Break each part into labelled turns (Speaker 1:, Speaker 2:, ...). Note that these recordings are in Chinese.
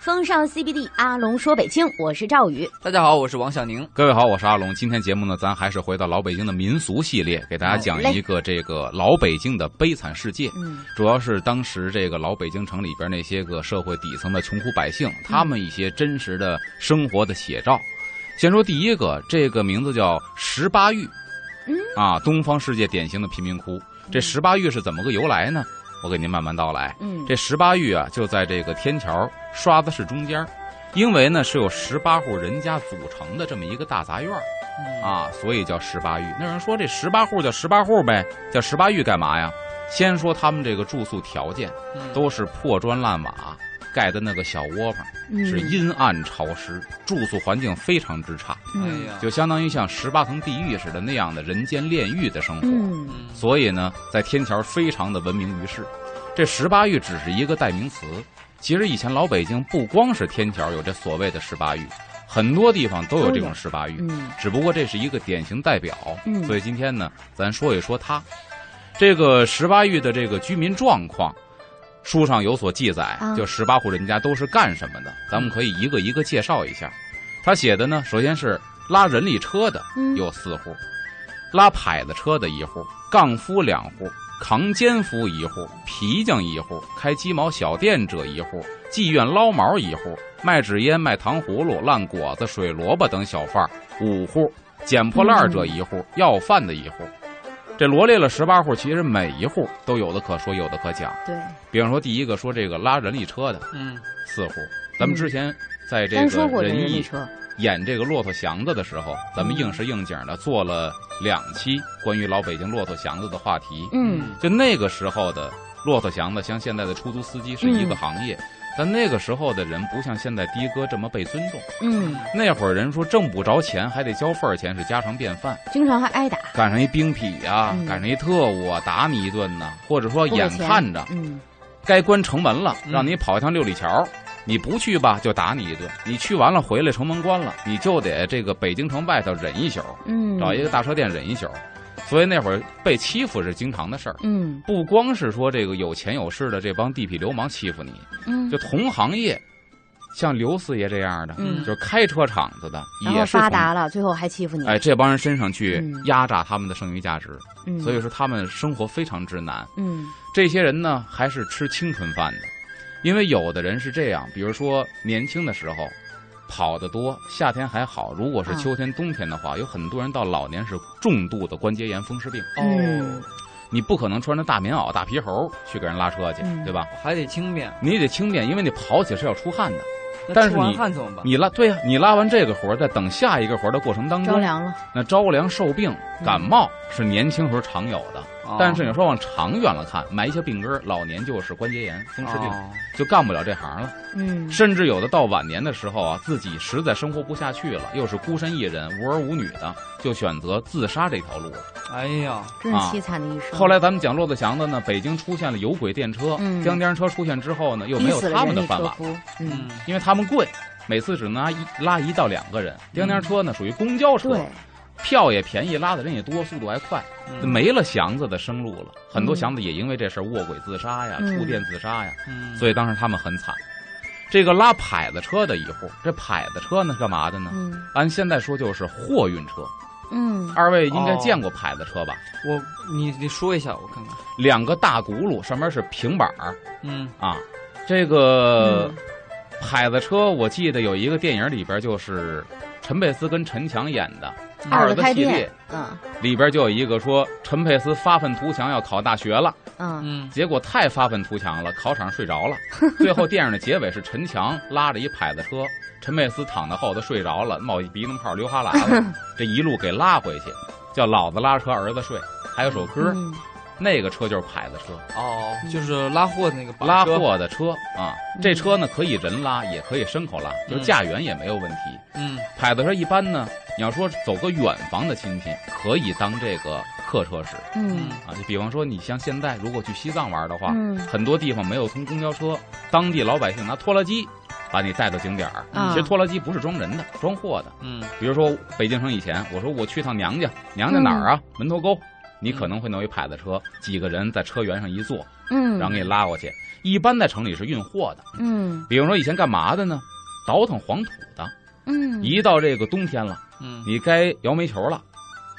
Speaker 1: 风尚 CBD，阿龙说北京，我是赵宇。
Speaker 2: 大家好，我是王小宁。
Speaker 3: 各位好，我是阿龙。今天节目呢，咱还是回到老北京的民俗系列，给大家讲一个这个老北京的悲惨世界。
Speaker 1: 嗯，
Speaker 3: 主要是当时这个老北京城里边那些个社会底层的穷苦百姓，他们一些真实的生活的写照。先说第一个，这个名字叫十八峪，
Speaker 1: 嗯
Speaker 3: 啊，东方世界典型的贫民窟。这十八峪是怎么个由来呢？我给您慢慢道来。
Speaker 1: 嗯，
Speaker 3: 这十八峪啊，就在这个天桥刷子市中间儿，因为呢是由十八户人家组成的这么一个大杂院儿啊，所以叫十八峪。那有人说这十八户叫十八户呗，叫十八峪干嘛呀？先说他们这个住宿条件，
Speaker 2: 嗯
Speaker 3: 都是破砖烂瓦盖的那个小窝棚，是
Speaker 1: 嗯
Speaker 3: 阴暗潮湿，住宿环境非常之差，
Speaker 2: 哎
Speaker 1: 嗯
Speaker 2: 呀，
Speaker 3: 就相当于像十八层地狱似的那样的人间炼狱的生活。
Speaker 1: 嗯
Speaker 3: 所以呢，在天桥非常的闻名于世。这十八峪只是一个代名词，其实以前老北京不光是天桥有这所谓的十八峪，很多地方都有这种十八峪，
Speaker 1: 嗯
Speaker 3: 只不过这是一个典型代表。
Speaker 1: 嗯
Speaker 3: 所以今天呢，咱说一说它。这个十八峪的这个居民状况，书上有所记载
Speaker 1: 啊，
Speaker 3: 就十八户人家都是干什么的，咱们可以一个一个介绍一下。他写的呢，首先是拉人力车的，
Speaker 1: 嗯，
Speaker 3: 有四户，拉牌子车的一户，杠夫两户，扛肩夫一户，皮匠一户，开鸡毛小店者一户，妓院捞毛一户，卖纸烟、卖糖葫芦、烂果子、水萝卜等小贩儿五户，捡破烂儿者一户，要饭的一户。这罗列了十八户，其实每一户都有的可说，有的可讲。
Speaker 1: 对，
Speaker 3: 比方说，第一个说这个拉人力车的
Speaker 2: 嗯
Speaker 3: 四户，咱们之前在这
Speaker 1: 咱嗯说
Speaker 3: 个
Speaker 1: 过这
Speaker 3: 仁
Speaker 1: 人力
Speaker 3: 义
Speaker 1: 车，
Speaker 3: 演这个骆驼祥子的时候，咱们应时应景的做了两期关于老北京骆驼祥子的话题。
Speaker 1: 嗯
Speaker 3: 就那个时候的骆驼祥子，像现在的出租司机是一个行
Speaker 1: 嗯
Speaker 3: 业，但那个时候的人不像现在的哥这么被尊重。
Speaker 1: 嗯，
Speaker 3: 那会儿人说挣不着钱还得交份儿钱是家常便饭，
Speaker 1: 经常还挨打，
Speaker 3: 赶上一兵痞啊
Speaker 1: 嗯，
Speaker 3: 赶上一特务啊，打你一顿呐、或者说
Speaker 1: 不给
Speaker 3: 眼
Speaker 1: 钱
Speaker 3: 看着
Speaker 1: 嗯
Speaker 3: 该关城门了，
Speaker 2: 嗯
Speaker 3: 让你跑一趟六里桥，你不去吧就打你一顿，你去完了回来城门关了，你就得这个北京城外头忍一宿，
Speaker 1: 嗯，
Speaker 3: 找一个大车店忍一宿。所以那会儿被欺负是经常的事儿，
Speaker 1: 嗯
Speaker 3: 不光是说这个有钱有势的这帮地痞流氓欺负你，
Speaker 1: 嗯，
Speaker 3: 就同行业，像刘四爷这样的，
Speaker 1: 嗯
Speaker 3: 就是开车厂子的，
Speaker 1: 然
Speaker 3: 也
Speaker 1: 后
Speaker 3: 是
Speaker 1: 发
Speaker 3: 从
Speaker 1: 达了，最后还欺负你，
Speaker 3: 哎这帮人身上去
Speaker 1: 嗯
Speaker 3: 压榨他们的剩余价值，
Speaker 1: 嗯，
Speaker 3: 所以哦说他们生活非常之难。
Speaker 1: 嗯
Speaker 3: 这些人呢，还是吃青春饭的，因为有的人是这样，比如说年轻的时候跑得多，夏天还好；如果是
Speaker 1: 啊
Speaker 3: 秋天、冬天的话，有很多人到老年是重度的关节炎、风湿病。
Speaker 1: 嗯
Speaker 2: 哦，
Speaker 3: 你不可能穿着大棉袄、大皮猴去给人拉车去，
Speaker 1: 嗯
Speaker 3: 对吧？
Speaker 2: 还得轻便。
Speaker 3: 你也得轻便，因为你跑起来是要出汗的。
Speaker 2: 那
Speaker 3: 但是
Speaker 2: 出完
Speaker 3: 你
Speaker 2: 汗怎么办？
Speaker 3: 你拉对呀、啊你拉完这个活儿，在等下一个活儿的过程当
Speaker 1: 着
Speaker 3: 中，
Speaker 1: 凉了，
Speaker 3: 那着凉、受病、感冒是年轻时候常有的。
Speaker 2: 哦
Speaker 3: 但是你说往长远了看，埋一些病根儿，老年就是关节炎、风湿病。
Speaker 2: 哦
Speaker 3: 就干不了这行了，
Speaker 1: 嗯，
Speaker 3: 甚至有的到晚年的时候啊，自己实在生活不下去了，又是孤身一人、无儿无女的，就选择自杀这条路了。
Speaker 2: 哎呀，
Speaker 1: 真是
Speaker 3: 啊
Speaker 1: 凄惨的一生。
Speaker 3: 后来咱们讲骆驼祥子呢，北京出现了有轨电车，
Speaker 1: 嗯
Speaker 3: 江颠车出现之后呢，又没
Speaker 1: 逼
Speaker 3: 有
Speaker 1: 死了
Speaker 3: 他
Speaker 1: 人
Speaker 3: 们的
Speaker 1: 力
Speaker 3: 饭
Speaker 1: 车
Speaker 3: 碗，
Speaker 1: 夫，嗯，
Speaker 3: 因为他们贵，每次只能拉一拉一到两个人。江颠车呢属于公交车，
Speaker 1: 嗯对，
Speaker 3: 票也便宜，拉的人也多，速度还快，
Speaker 2: 嗯，
Speaker 3: 没了祥子的生路了。很多
Speaker 1: 嗯
Speaker 3: 祥子也因为这事儿卧轨自杀呀，
Speaker 1: 嗯
Speaker 3: 触电自杀呀。
Speaker 2: 嗯
Speaker 3: 所以当时他们很惨。这个拉牌子车的一户，这牌子车呢是干嘛的呢？
Speaker 1: 嗯
Speaker 3: 按现在说就是货运车。
Speaker 1: 嗯
Speaker 3: 二位应该见过牌子车吧？
Speaker 2: 我你你说一下，我看看。
Speaker 3: 两个大轱辘，上面是平板儿
Speaker 2: 嗯，
Speaker 3: 啊。这个
Speaker 1: 嗯
Speaker 3: 牌子车，我记得有一个电影里边就是陈佩斯跟陈强演的《
Speaker 2: 嗯
Speaker 3: 二
Speaker 1: 子
Speaker 3: 子
Speaker 1: 开
Speaker 3: 系
Speaker 1: 店
Speaker 3: 列，
Speaker 1: 嗯》，
Speaker 3: 里边就有一个说陈佩斯发愤图强要考大学了。
Speaker 1: 嗯
Speaker 2: 嗯
Speaker 3: 结果太发愤图强了，考场上睡 着了。最后电影的结尾是陈强拉着一牌子车，陈佩斯躺在后头睡着了，冒一鼻涕泡流哈喇 子，这一路给拉回去，叫老子拉车儿子睡。还有首歌，
Speaker 1: 嗯
Speaker 3: 那个车就是牌子车，
Speaker 2: 哦，就是拉货那个板
Speaker 3: 拉
Speaker 2: 车，
Speaker 3: 货的车啊。这车呢可以人拉，也可以牲口拉，就
Speaker 2: 嗯
Speaker 3: 驾辕也没有问题。
Speaker 2: 嗯，
Speaker 3: 牌子车一般呢，你要说走个远房的亲戚，可以当这个客车使
Speaker 1: 嗯
Speaker 3: 啊。就比方说你像现在如果去西藏玩的话，
Speaker 1: 嗯
Speaker 3: 很多地方没有通公交车，当地老百姓拿拖拉机把你带到景点儿。
Speaker 1: 啊
Speaker 3: 其实拖拉机不是装人的，装货的。
Speaker 2: 嗯
Speaker 3: 比如说北京城以前，我说我去趟娘家，娘家哪儿啊？门头沟。你可能会弄一牌子车，几个人在车辕上一坐，
Speaker 1: 嗯，
Speaker 3: 然后给你拉过去。一般在城里是运货的，
Speaker 1: 嗯
Speaker 3: 比如说以前干嘛的呢？倒腾黄土的。
Speaker 1: 嗯
Speaker 3: 一到这个冬天了，
Speaker 2: 嗯，
Speaker 3: 你该摇煤球了，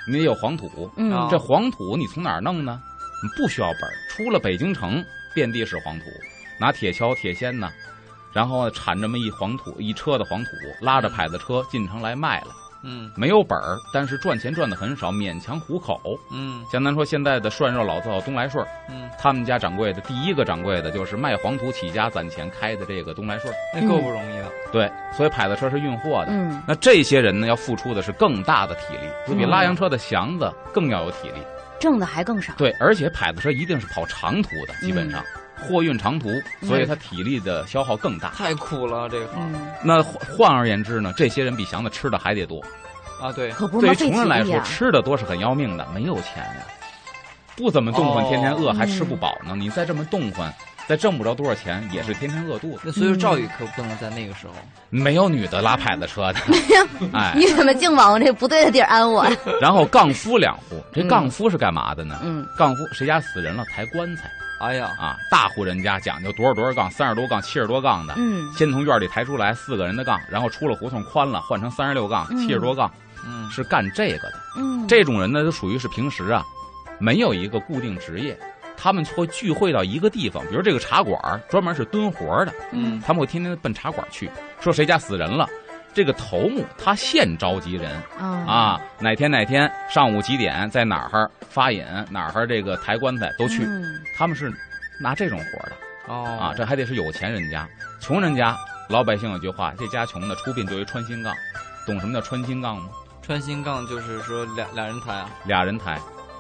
Speaker 3: 你得有黄土。
Speaker 1: 嗯
Speaker 2: 啊
Speaker 3: 这黄土你从哪儿弄呢？你不需要本儿，出了北京城遍地是黄土，拿铁锹、铁锨呐，然后铲这么一黄土一车的黄土，拉
Speaker 1: 嗯
Speaker 3: 着牌子车进城来卖了。
Speaker 2: 嗯
Speaker 3: 没有本儿，但是赚钱赚的很少，勉强糊口。
Speaker 2: 嗯
Speaker 3: 江南说现在的涮肉老字号东来顺儿，
Speaker 2: 嗯，
Speaker 3: 他们家掌柜的第一个掌柜的就是卖黄土起家攒钱开的这个东来顺儿。
Speaker 2: 那够不容易的。
Speaker 3: 对，所以牌子车是运货的。
Speaker 1: 嗯
Speaker 3: 那这些人呢，要付出的是更大的体力，就比
Speaker 2: 嗯
Speaker 3: 拉洋车的祥子更要有体力。
Speaker 1: 挣的还更少。
Speaker 3: 对，而且牌子车一定是跑长途的，基本上、
Speaker 2: 嗯
Speaker 3: 货运长途，所以它体力的消耗更大。
Speaker 2: 太苦了这行、
Speaker 1: 嗯，
Speaker 3: 那换换而言之呢，这些人比祥子吃的还得多。
Speaker 2: 啊，对，
Speaker 1: 可不
Speaker 3: 对
Speaker 1: 嘛，
Speaker 3: 于
Speaker 1: 费
Speaker 3: 穷人来
Speaker 1: 体力
Speaker 3: 说，
Speaker 1: 啊。
Speaker 3: 吃的多是很要命的，没有钱呀、不怎么动换，
Speaker 2: 哦
Speaker 3: 天天饿还
Speaker 1: 嗯
Speaker 3: 吃不饱呢。你再这么动换，再挣不着多少钱，也是天天饿肚子。
Speaker 2: 那所以说赵宇可不能在那个时候，
Speaker 3: 没有女的拉牌子车的， 哎，
Speaker 1: 你怎么净往我这不对的地儿安我？
Speaker 3: 然后杠夫两户，这
Speaker 2: 嗯
Speaker 3: 杠夫是干嘛的呢？
Speaker 1: 嗯
Speaker 3: 杠夫谁家死人了抬棺材
Speaker 2: 哎呀，
Speaker 3: 啊？大户人家讲究多少多少杠，三十多杠、七十多杠的，
Speaker 1: 嗯
Speaker 3: 先从院里抬出来四个人的杠，然后出了胡同宽了，换成三十六杠、
Speaker 1: 嗯
Speaker 3: 七十多杠，
Speaker 2: 嗯，
Speaker 3: 是干这个的。
Speaker 1: 嗯，
Speaker 3: 这种人呢，就属于是平时啊，没有一个固定职业，他们会聚会到一个地方，比如这个茶馆儿专门是蹲活儿的，
Speaker 2: 嗯
Speaker 3: 他们会天天奔茶馆儿去。说谁家死人了，这个头目他现召集人
Speaker 1: 啊
Speaker 3: 啊，哪天哪天上午几点在哪儿发引，哪儿这个抬棺材都去，
Speaker 1: 嗯
Speaker 3: 他们是拿这种活儿的。
Speaker 2: 哦
Speaker 3: 啊，这还得是有钱人家，穷人家老百姓有句话，这家穷的出殡就一穿心杠，懂什么叫穿心杠吗？
Speaker 2: 穿心杠就是说俩俩人抬啊，
Speaker 3: 俩人抬，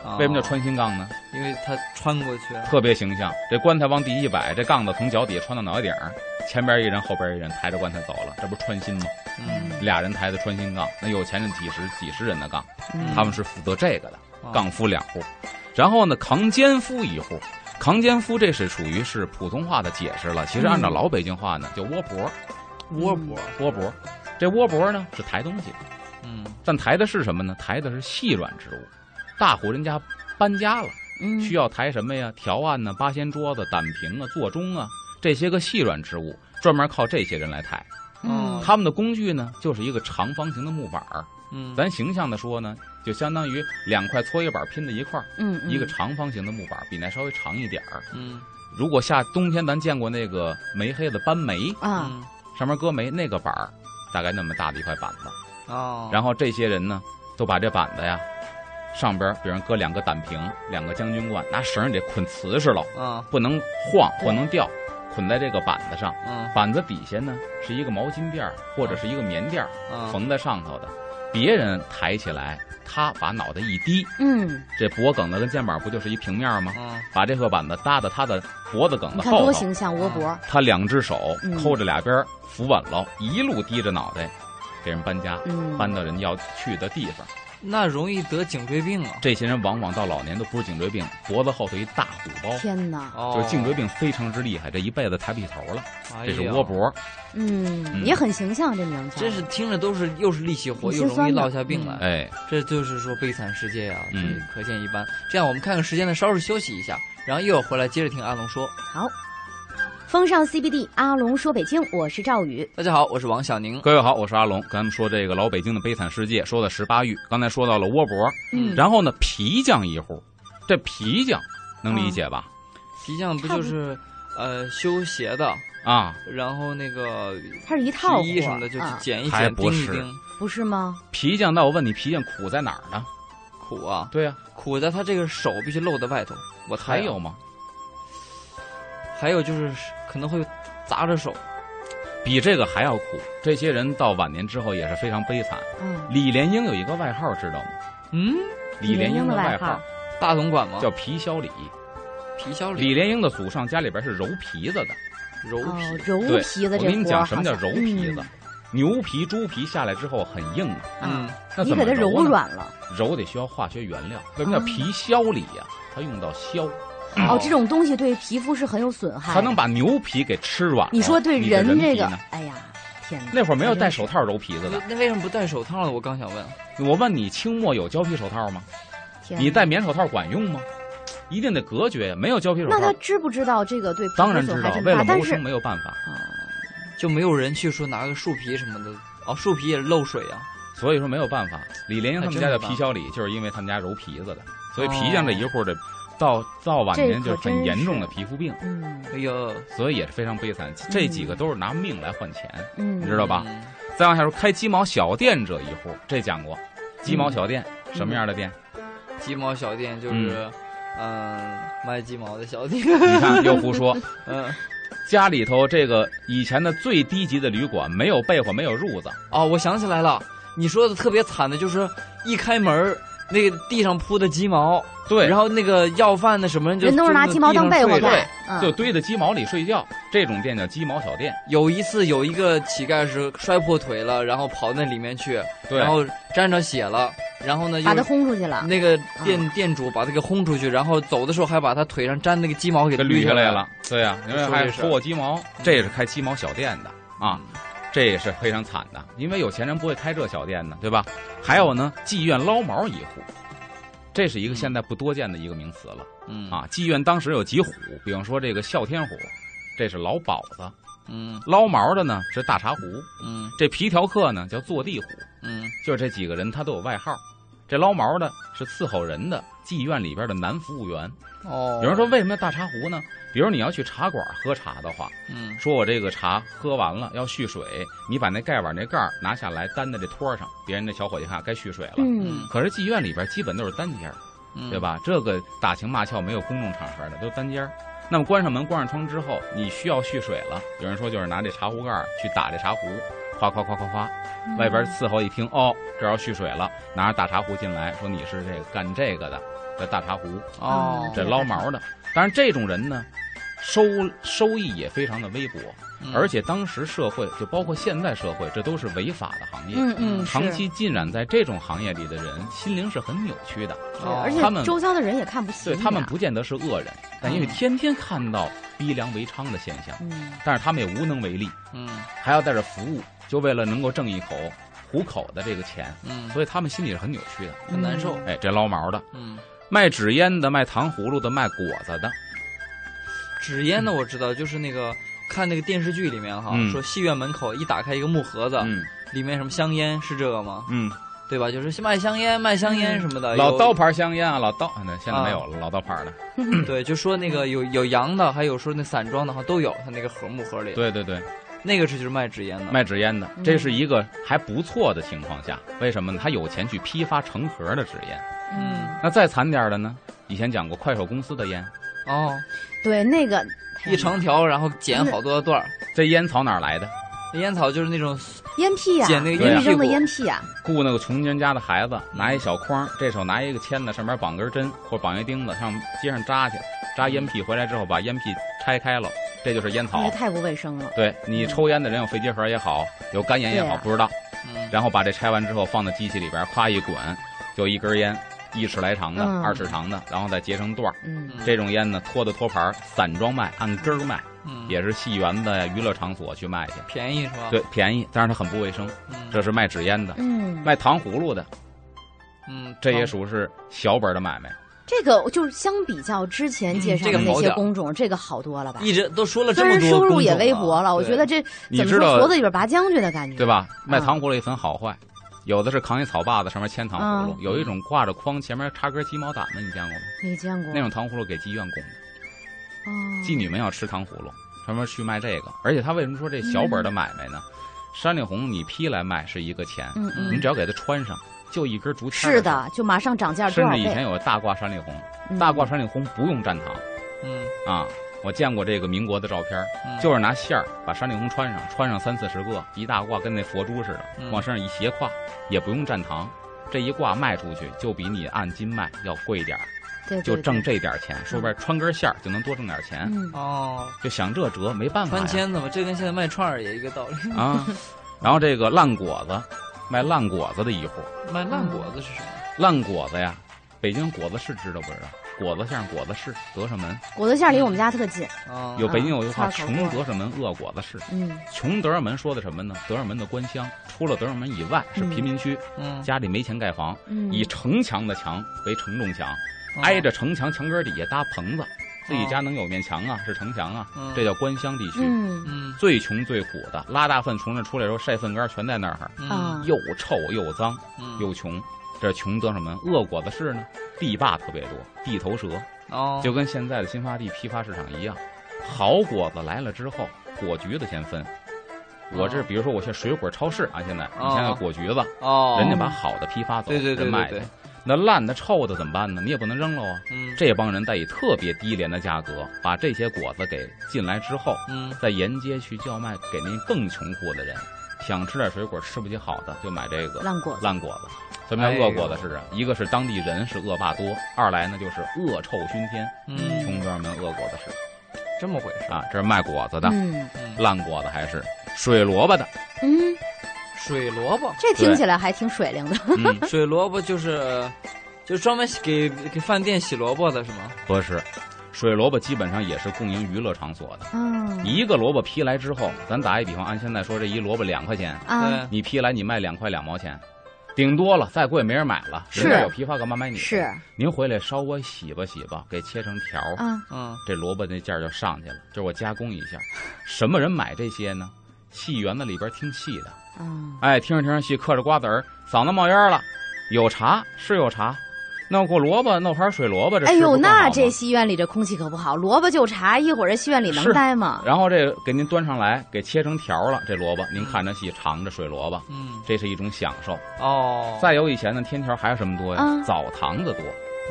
Speaker 2: 啊
Speaker 3: 为什么叫？穿心杠呢？
Speaker 2: 因为他穿过去啊，
Speaker 3: 特别形象，这棺材往地一摆，这杠子从脚底下穿到脑袋顶儿，前边一人，后边一人抬着棺材走了，这不穿心吗？
Speaker 2: 嗯，
Speaker 3: 俩人抬的穿心杠，那有钱人几十几十人的杠，
Speaker 1: 嗯
Speaker 3: 他们是负责这个的，
Speaker 2: 啊
Speaker 3: 杠夫两户，然后呢，扛肩夫一户。扛肩夫这是属于是普通话的解释了，其实按照老北京话呢，叫窝脖儿，
Speaker 2: 嗯窝脖，
Speaker 3: 窝脖儿。这窝脖儿呢是抬东西，
Speaker 2: 嗯
Speaker 3: 但抬的是什么呢？抬的是细软植物。大户人家搬家了，
Speaker 1: 嗯
Speaker 3: 需要抬什么呀？条案呢、八仙桌子、胆瓶啊、座钟啊，这些个细软植物，专门靠这些人来抬。
Speaker 1: 嗯
Speaker 3: 他们的工具呢，就是一个长方形的木板儿。
Speaker 2: 嗯，
Speaker 1: 哎
Speaker 3: 咱形象的说呢，就相当于两块搓衣板拼在一块儿，
Speaker 1: 嗯嗯
Speaker 3: 一个长方形的木板儿，比那稍微长一点儿。
Speaker 2: 嗯
Speaker 3: 如果下冬天咱见过那个煤黑的搬煤，
Speaker 1: 啊
Speaker 2: 嗯
Speaker 3: 上面搁煤那个板儿，大概那么大的一块板子。
Speaker 2: 哦，
Speaker 3: 然后这些人呢，都把这板子呀，上边儿比如搁两个胆瓶、两个将军罐，拿绳儿得捆瓷实了，
Speaker 2: 后啊
Speaker 3: 不能晃，
Speaker 1: 对
Speaker 3: 不能掉，捆在这个板子上。
Speaker 2: 嗯
Speaker 3: 板子底下呢是一个毛巾垫儿或者是一个棉垫儿
Speaker 1: 嗯
Speaker 2: 啊，
Speaker 3: 缝在上头的，别人抬起来，他把脑袋一低，
Speaker 1: 嗯，
Speaker 3: 这脖梗子跟肩膀不就是一平面儿吗？
Speaker 2: 嗯
Speaker 3: 把这块板子搭到他的脖子梗
Speaker 1: 你
Speaker 3: 子
Speaker 1: 看
Speaker 3: 后
Speaker 1: 多
Speaker 3: 头，
Speaker 1: 形象，窝脖。
Speaker 3: 他两只手
Speaker 1: 嗯
Speaker 3: 抠着俩边儿扶稳了，一路低着脑袋给人搬家，
Speaker 1: 嗯，
Speaker 3: 搬到人要去的地方。
Speaker 2: 那容易得颈椎病啊，
Speaker 3: 这些人往往到老年都不是颈椎病，脖子后头一大鼓包，
Speaker 1: 天哪，
Speaker 2: 哦，
Speaker 3: 就是颈椎，病非常之厉害，这一辈子抬不起头了，这
Speaker 1: 哎
Speaker 3: 是窝，脖。嗯
Speaker 1: 嗯，也很形象，这名字
Speaker 2: 哎真是听着都是又是力气活，
Speaker 1: 挺
Speaker 2: 又
Speaker 1: 心
Speaker 2: 容
Speaker 1: 酸
Speaker 2: 易
Speaker 1: 的嗯
Speaker 2: 落下病来，
Speaker 3: 哎，
Speaker 2: 这就是说悲惨世界呀、啊，
Speaker 3: 嗯
Speaker 2: 这可见一斑。这样我们看看时间呢，稍事休息一下，然后一会儿回来接着听阿龙说。
Speaker 1: 好。风尚 CBD，阿龙说北京，我是赵宇。
Speaker 2: 大家好，我是王小宁。
Speaker 3: 各位好，我是阿龙。咱们说这个老北京的悲惨世界，说的十八狱，刚才说到了窝脖，
Speaker 2: 嗯
Speaker 3: 然后呢皮匠一户，这皮匠能理解吧？
Speaker 2: 皮匠不就是呃修鞋的，
Speaker 1: 嗯
Speaker 3: 啊，
Speaker 2: 然后那个
Speaker 1: 它是一套
Speaker 2: 皮衣
Speaker 1: 活
Speaker 2: 什么的，就去
Speaker 1: 啊，
Speaker 2: 剪一
Speaker 3: 还
Speaker 2: 剪、
Speaker 3: 不
Speaker 2: 钉一
Speaker 3: 是
Speaker 2: 钉。
Speaker 1: 不是吗？
Speaker 3: 皮匠，那我问你，皮匠苦在哪儿呢？
Speaker 2: 苦啊，
Speaker 3: 对呀、
Speaker 2: 苦在他这个手必须露在外头。我猜啊
Speaker 3: 还有吗？
Speaker 2: 还有就是可能会砸着手。
Speaker 3: 比这个还要苦。这些人到晚年之后也是非常悲惨。
Speaker 1: 嗯，
Speaker 3: 李莲英有一个外号，知道吗？
Speaker 2: 嗯，
Speaker 1: 李莲
Speaker 3: 莲
Speaker 1: 英
Speaker 3: 英
Speaker 1: 的
Speaker 3: 外
Speaker 1: 外号
Speaker 2: 大总管吗？
Speaker 3: 叫皮小李。
Speaker 2: 皮小
Speaker 3: 李莲英的祖上家里边是揉皮子的。
Speaker 2: 柔
Speaker 1: 哦
Speaker 2: 皮，，
Speaker 1: 揉
Speaker 3: 对
Speaker 1: 皮子
Speaker 3: 我
Speaker 1: 这活儿好像，
Speaker 3: 跟你讲什么叫揉皮子
Speaker 1: 嗯？
Speaker 3: 牛皮、猪皮下来之后很硬啊，
Speaker 2: 嗯
Speaker 1: 啊，
Speaker 3: 那
Speaker 1: 你
Speaker 3: 怎
Speaker 1: 给它
Speaker 3: 么揉
Speaker 1: 柔
Speaker 3: 呢？
Speaker 1: 软了。
Speaker 3: 揉得需要化学原料，为什么叫
Speaker 1: 啊
Speaker 3: 皮削里呀？它用到削，
Speaker 1: 哦，这种东西对皮肤是很有损害的。
Speaker 3: 它嗯能把牛皮给吃软了。
Speaker 1: 你说对
Speaker 3: 你的人
Speaker 1: 这
Speaker 3: 皮
Speaker 1: 个
Speaker 3: 呢，
Speaker 1: 哎呀，天哪！
Speaker 3: 那会儿没有戴手套揉皮子
Speaker 2: 那
Speaker 3: 的。
Speaker 1: 哦
Speaker 2: 那为什么不戴手套呢？我刚想问。
Speaker 3: 我问你，清末有胶皮手套吗？
Speaker 1: 天
Speaker 3: 你戴棉手套管用吗？一定得隔绝呀，没有胶皮手
Speaker 1: 那他
Speaker 3: 套，
Speaker 1: 知不知道这个对皮
Speaker 3: 当
Speaker 1: 肤
Speaker 3: 然
Speaker 1: 损
Speaker 3: 知
Speaker 1: 害
Speaker 3: 道
Speaker 1: 这，么
Speaker 3: 为了
Speaker 1: 大？但
Speaker 3: 谋
Speaker 1: 是
Speaker 3: 生没有办法，
Speaker 1: 哦
Speaker 2: 就没有人去说拿个树皮什么的。哦，树皮也漏水啊。
Speaker 3: 所以说没有办法。李莲英他们家
Speaker 2: 还真没
Speaker 3: 叫
Speaker 2: 办法
Speaker 3: 皮小李，就是因为他们家揉皮子的，所以
Speaker 2: 哦
Speaker 3: 皮匠这一户这到到晚
Speaker 1: 这
Speaker 3: 年
Speaker 1: 可
Speaker 3: 就是很
Speaker 1: 真
Speaker 3: 严重
Speaker 1: 是
Speaker 3: 的皮肤病，
Speaker 1: 嗯
Speaker 2: 哎呦，
Speaker 3: 所以也是非常悲惨。这几个都是拿命来换钱。
Speaker 1: 嗯，
Speaker 3: 你知道吧
Speaker 2: 嗯？
Speaker 3: 再往下说，开鸡毛小店这一户，这讲过，鸡毛小店、什么样的店？
Speaker 2: 鸡毛小店就是，嗯，卖鸡毛的小店。
Speaker 3: 你看又胡说，
Speaker 2: 嗯，
Speaker 3: 家里头这个以前的最低级的旅馆，没有被窝，没有褥子，
Speaker 2: 哦，我想起来了，你说的特别惨的就是一开门儿那个地上铺的鸡毛，
Speaker 3: 对，
Speaker 2: 然后那个要饭的什么人就
Speaker 1: 人都是拿鸡毛当被窝
Speaker 2: 蹲在地上睡
Speaker 1: 盖
Speaker 2: 着。
Speaker 1: 嗯
Speaker 3: 就堆在鸡毛里睡觉，这种店叫鸡毛小店。
Speaker 2: 有一次有一个乞丐是摔破腿了，然后跑那里面去，
Speaker 3: 对，
Speaker 2: 然后沾着血了，然后呢
Speaker 1: 把
Speaker 2: 又
Speaker 1: 他轰出去了。
Speaker 2: 那个店店主把他给轰出去，然后走的时候还把他腿上粘那个鸡毛给
Speaker 3: 给
Speaker 2: 捋
Speaker 3: 捋下
Speaker 2: 来
Speaker 3: 来。了。对呀、因为
Speaker 2: 说
Speaker 3: 还
Speaker 2: 这事
Speaker 3: 戳我鸡毛，这也是开鸡毛小店的啊，这也是非常惨的，因为有钱人不会开这小店的，对吧？还有呢，妓院捞毛一户，这是一个
Speaker 2: 嗯
Speaker 3: 现在不多见的一个名词了
Speaker 2: 嗯
Speaker 3: 啊。妓院当时有几虎，比方说这个哮天虎，这是老鸨子；
Speaker 2: 嗯
Speaker 3: 捞毛的呢是大茶壶，
Speaker 2: 嗯
Speaker 3: 这皮条客呢叫坐地虎，
Speaker 2: 嗯
Speaker 3: 就是这几个人他都有外号。这捞毛的是伺候人的妓院里边的男服务员。
Speaker 2: 哦，
Speaker 3: 有人说为什么要大茶壶呢？比如你要去茶馆喝茶的话，
Speaker 2: 嗯
Speaker 3: 说我这个茶喝完了要蓄水，你把那盖碗那盖儿拿下来担在这托儿上，别人那小伙计看该蓄水了。
Speaker 1: 嗯，
Speaker 3: 可是妓院里边基本都是单间儿，
Speaker 2: 嗯
Speaker 3: 对？吧？这个打情骂俏没有公众场合的，都是单间儿。那么关上门、关上窗之后，你需要蓄水了。有人说就是拿这茶壶盖儿去打这茶壶，哗哗哗哗哗，嗯外边伺候一听，哦，这儿要蓄水了，拿着大茶壶进来，说你是这个干这个的，这大茶壶。
Speaker 2: 哦，
Speaker 1: 嗯
Speaker 3: 这捞毛的。当然，这种人呢，收收益也非常的微薄，
Speaker 2: 嗯
Speaker 3: 而且当时社会就包括现在社会，这都是违法的行业。
Speaker 1: 嗯嗯，是
Speaker 3: 长期浸染在这种行业里的人，心灵是很扭曲的。
Speaker 1: 是
Speaker 2: 哦
Speaker 1: 而
Speaker 3: 他
Speaker 1: 且
Speaker 3: 们
Speaker 1: 周遭的人也看不起
Speaker 3: 对
Speaker 1: 你
Speaker 3: 他们
Speaker 1: 啊，
Speaker 3: 不见得是恶人，但因为
Speaker 2: 嗯
Speaker 3: 天天看到逼良为娼的现象，
Speaker 1: 嗯，
Speaker 3: 但是他们也无能为力，
Speaker 2: 嗯
Speaker 3: 还要在这服务，就为了能够挣一口糊口的这个钱，
Speaker 2: 嗯
Speaker 3: 所以他们心里是很扭曲的。
Speaker 2: 很难受
Speaker 3: 哎，这捞毛的、
Speaker 2: 嗯，
Speaker 3: 卖纸烟的、卖糖葫芦的、卖果子的，
Speaker 2: 纸烟呢我知道，就是那个看那个电视剧里面哈
Speaker 3: 嗯，
Speaker 2: 说戏院门口一打开一个木盒子，
Speaker 3: 嗯
Speaker 2: 里面什么香烟是这个吗？
Speaker 3: 嗯，
Speaker 2: 对吧？就是卖香烟卖香
Speaker 1: 嗯
Speaker 2: 烟什么的，
Speaker 3: 老
Speaker 2: 有
Speaker 3: 刀牌香烟啊，老刀，那现在没有了，老刀牌的。
Speaker 2: 对，就说那个有有洋的，还有说那散装的哈都有，他那个盒木盒里，
Speaker 3: 对对对，
Speaker 2: 那个是就是卖纸烟的，
Speaker 3: 卖纸烟的
Speaker 1: 嗯，
Speaker 3: 这是一个还不错的情况下，为什么呢？他有钱去批发成盒的纸烟。
Speaker 1: 嗯，
Speaker 3: 那再惨点儿的呢？以前讲过快手公司的烟，
Speaker 2: 哦，
Speaker 1: 对那个
Speaker 2: 一长条，然后剪好多段儿。
Speaker 3: 这烟草哪儿来的？
Speaker 2: 烟草就是那种
Speaker 1: 烟屁啊，
Speaker 2: 捡那个
Speaker 1: 地
Speaker 3: 烟
Speaker 1: 扔的
Speaker 2: 屁股
Speaker 1: 烟屁啊，
Speaker 3: 雇那个穷人家的孩子，
Speaker 1: 嗯
Speaker 3: 拿一小筐，这手拿一个签子，上面绑根针或绑一钉子，上街上扎去，扎烟屁回来之后把烟屁拆开了，这就是烟
Speaker 1: 那
Speaker 3: 草
Speaker 1: 个。太不卫生了。
Speaker 3: 对你抽烟的人有肺结核也好，有肝炎也
Speaker 1: 对
Speaker 3: 好，
Speaker 1: 啊
Speaker 3: 不知道。
Speaker 2: 嗯
Speaker 3: 然后把这拆完之后放到机器里边，咵一滚，就一根烟，一尺来长的，
Speaker 1: 嗯
Speaker 3: 二尺长的，然后再结成段儿。
Speaker 1: 嗯，
Speaker 3: 这种烟呢，托的托盘儿，散装卖，按根儿卖，
Speaker 2: 嗯
Speaker 3: 也是戏园子呀、娱乐场所去卖去。
Speaker 2: 便宜是吧？
Speaker 3: 对，便宜，但是它很不卫生。
Speaker 2: 嗯，
Speaker 3: 这是卖纸烟的，
Speaker 1: 嗯，
Speaker 3: 卖糖葫芦的，
Speaker 2: 嗯，
Speaker 3: 这也属是小本儿的买卖。
Speaker 1: 这个就是相比较之前介绍
Speaker 2: 嗯这
Speaker 1: 的
Speaker 2: 个
Speaker 1: 那
Speaker 2: 好
Speaker 1: 些
Speaker 2: 点儿
Speaker 1: 工种，这个好多了吧？
Speaker 2: 嗯一直都说了
Speaker 1: 虽
Speaker 2: 这么
Speaker 1: 然
Speaker 2: 多，啊
Speaker 1: 收入也微薄了，我觉得这
Speaker 3: 啊你
Speaker 1: 怎么
Speaker 3: 知
Speaker 1: 说
Speaker 3: 道
Speaker 1: 矬子里边拔将军的感觉，
Speaker 3: 对？吧？卖
Speaker 1: 嗯
Speaker 3: 糖葫芦也分好坏，有的是扛一草把子，上面牵糖葫芦；
Speaker 1: 嗯
Speaker 3: 有一种挂着筐，前面插根鸡毛掸子，你见过吗？
Speaker 1: 没见过
Speaker 3: 那种糖葫芦给妓院供的。
Speaker 1: 哦
Speaker 3: 妓女们要吃糖葫芦，专门去卖这个。而且他为什么说这小
Speaker 1: 嗯
Speaker 3: 本儿的买卖呢？山里红你批来卖是一个钱，
Speaker 1: 嗯
Speaker 3: 你
Speaker 1: 嗯，
Speaker 3: 只要给它穿上，就一根竹签儿
Speaker 1: 是
Speaker 3: 的
Speaker 1: 的，就马上涨价
Speaker 3: 事儿。
Speaker 1: 多
Speaker 3: 甚
Speaker 1: 少
Speaker 3: 至以
Speaker 1: 倍？
Speaker 3: 前有个大挂山里红，
Speaker 1: 嗯
Speaker 3: 大挂山里红不用蘸糖
Speaker 2: 嗯，
Speaker 3: 啊。我见过这个民国的照片儿，
Speaker 2: 嗯
Speaker 3: 就是拿线儿把山里红穿上，穿上三四十个，一大挂跟那佛珠似的，
Speaker 2: 嗯
Speaker 3: 往身上一斜挎，也不用蘸糖，这一挂卖出去就比你按斤卖要贵点儿，
Speaker 1: 对对
Speaker 3: 就
Speaker 1: 对
Speaker 3: 挣这点儿钱。说白了，穿根线儿就能多挣点儿钱。
Speaker 1: 嗯
Speaker 2: 哦，
Speaker 3: 就想这辙没办法呀
Speaker 2: 穿签子嘛，这跟现在卖串儿也一个道理。
Speaker 3: 啊。然后这个烂果子，卖烂果子的一户，
Speaker 1: 嗯
Speaker 2: 卖烂果子是什么？
Speaker 3: 烂果子呀，北京果子市知道不知道？果子巷、果子市、德胜门。
Speaker 1: 果子馅儿离我们家特近。
Speaker 2: 啊
Speaker 3: 有北京有一句话：“
Speaker 1: 啊差不多
Speaker 3: 穷德胜门，饿果子市。”
Speaker 1: 嗯，
Speaker 3: 穷德胜门说的什么呢？德胜门的官乡，除了德胜门以外是贫民区，
Speaker 2: 嗯，
Speaker 3: 家里没钱盖房，
Speaker 1: 嗯
Speaker 3: 以城墙的墙为承重墙，
Speaker 2: 嗯
Speaker 3: 挨着城墙墙根底下搭棚
Speaker 2: 哦
Speaker 3: 子，自己家能有面墙啊，是城墙啊，
Speaker 2: 嗯
Speaker 3: 这叫官乡地区。
Speaker 1: 嗯
Speaker 2: 嗯
Speaker 3: 最穷最苦的，拉大粪从那出来的时候晒粪干，全在那儿，
Speaker 1: 啊，
Speaker 3: 又臭又脏
Speaker 2: 嗯
Speaker 3: 又穷。这穷德胜门，恶果子市呢，地霸特别多，地头蛇，
Speaker 2: 哦
Speaker 3: 就跟现在的新发地批发市场一样，好果子来了之后，果橘子先分。我这
Speaker 2: 哦
Speaker 3: 比如说，我去水果超市啊，现在
Speaker 2: 哦
Speaker 3: 你想想果橘子，
Speaker 2: 哦，
Speaker 3: 人家把好的批发走，
Speaker 2: 对对对
Speaker 3: 人卖
Speaker 2: 对
Speaker 3: 去
Speaker 2: 对，，
Speaker 3: 那烂的臭的怎么办呢？你也不能扔了啊。
Speaker 2: 嗯
Speaker 3: 这帮人在以特别低廉的价格把这些果子给进来之后，
Speaker 2: 嗯
Speaker 3: 再沿街去叫卖给那更穷苦的人，想吃点水果吃不起好的就买这个
Speaker 1: 烂果子。
Speaker 3: 烂果子。什么
Speaker 2: 哎
Speaker 3: 叫
Speaker 2: 呦
Speaker 3: 恶果子市啊？一个是当地人是恶霸多，二来呢就是恶臭熏天，
Speaker 2: 嗯，
Speaker 3: 穷德尔门恶果子市
Speaker 2: 这么回事
Speaker 3: 啊，这是卖果子的，
Speaker 1: 嗯
Speaker 2: 嗯
Speaker 3: 烂果子还是水萝卜的，
Speaker 1: 嗯，
Speaker 2: 水萝
Speaker 3: 啊
Speaker 2: 卜，
Speaker 1: 这听起来还挺水灵的。
Speaker 3: 嗯，
Speaker 2: 水萝卜就是就专门给给饭店洗萝卜的是吗？
Speaker 3: 不是，水萝卜基本上也是供应娱乐场所的。
Speaker 1: 嗯
Speaker 3: 一个萝卜批来之后，咱打一比方，按现在说这一萝卜两块钱，
Speaker 1: 啊，
Speaker 3: 你批来你卖两块两毛钱，顶多了，再贵没人买了。人家
Speaker 1: 是
Speaker 3: 有批发干嘛买你？
Speaker 1: 是，
Speaker 3: 您回来稍微洗吧洗吧，给切成条儿，
Speaker 1: 啊，
Speaker 2: 嗯
Speaker 3: 这萝卜那价儿就上去了。这我加工一下，什么人买这些呢？戏园子里边听戏的，
Speaker 1: 嗯
Speaker 3: 哎，听着听着戏，嗑着瓜子儿，嗓子冒烟了，有茶是有茶，弄个萝卜弄盘水萝卜，这
Speaker 1: 哎
Speaker 3: 吃
Speaker 1: 呦，
Speaker 3: 不更好
Speaker 1: 那
Speaker 3: 吗
Speaker 1: 这戏院里这空气可不好，萝卜就茶，一会儿这戏院里能
Speaker 3: 是
Speaker 1: 待吗？
Speaker 3: 然后这给您端上来，给切成条儿了，这萝卜您看着戏尝着水萝卜，
Speaker 2: 嗯
Speaker 3: 这是一种享受。
Speaker 2: 哦，
Speaker 3: 再有以前的天桥还有什么多呀
Speaker 1: 嗯？
Speaker 3: 澡堂子多，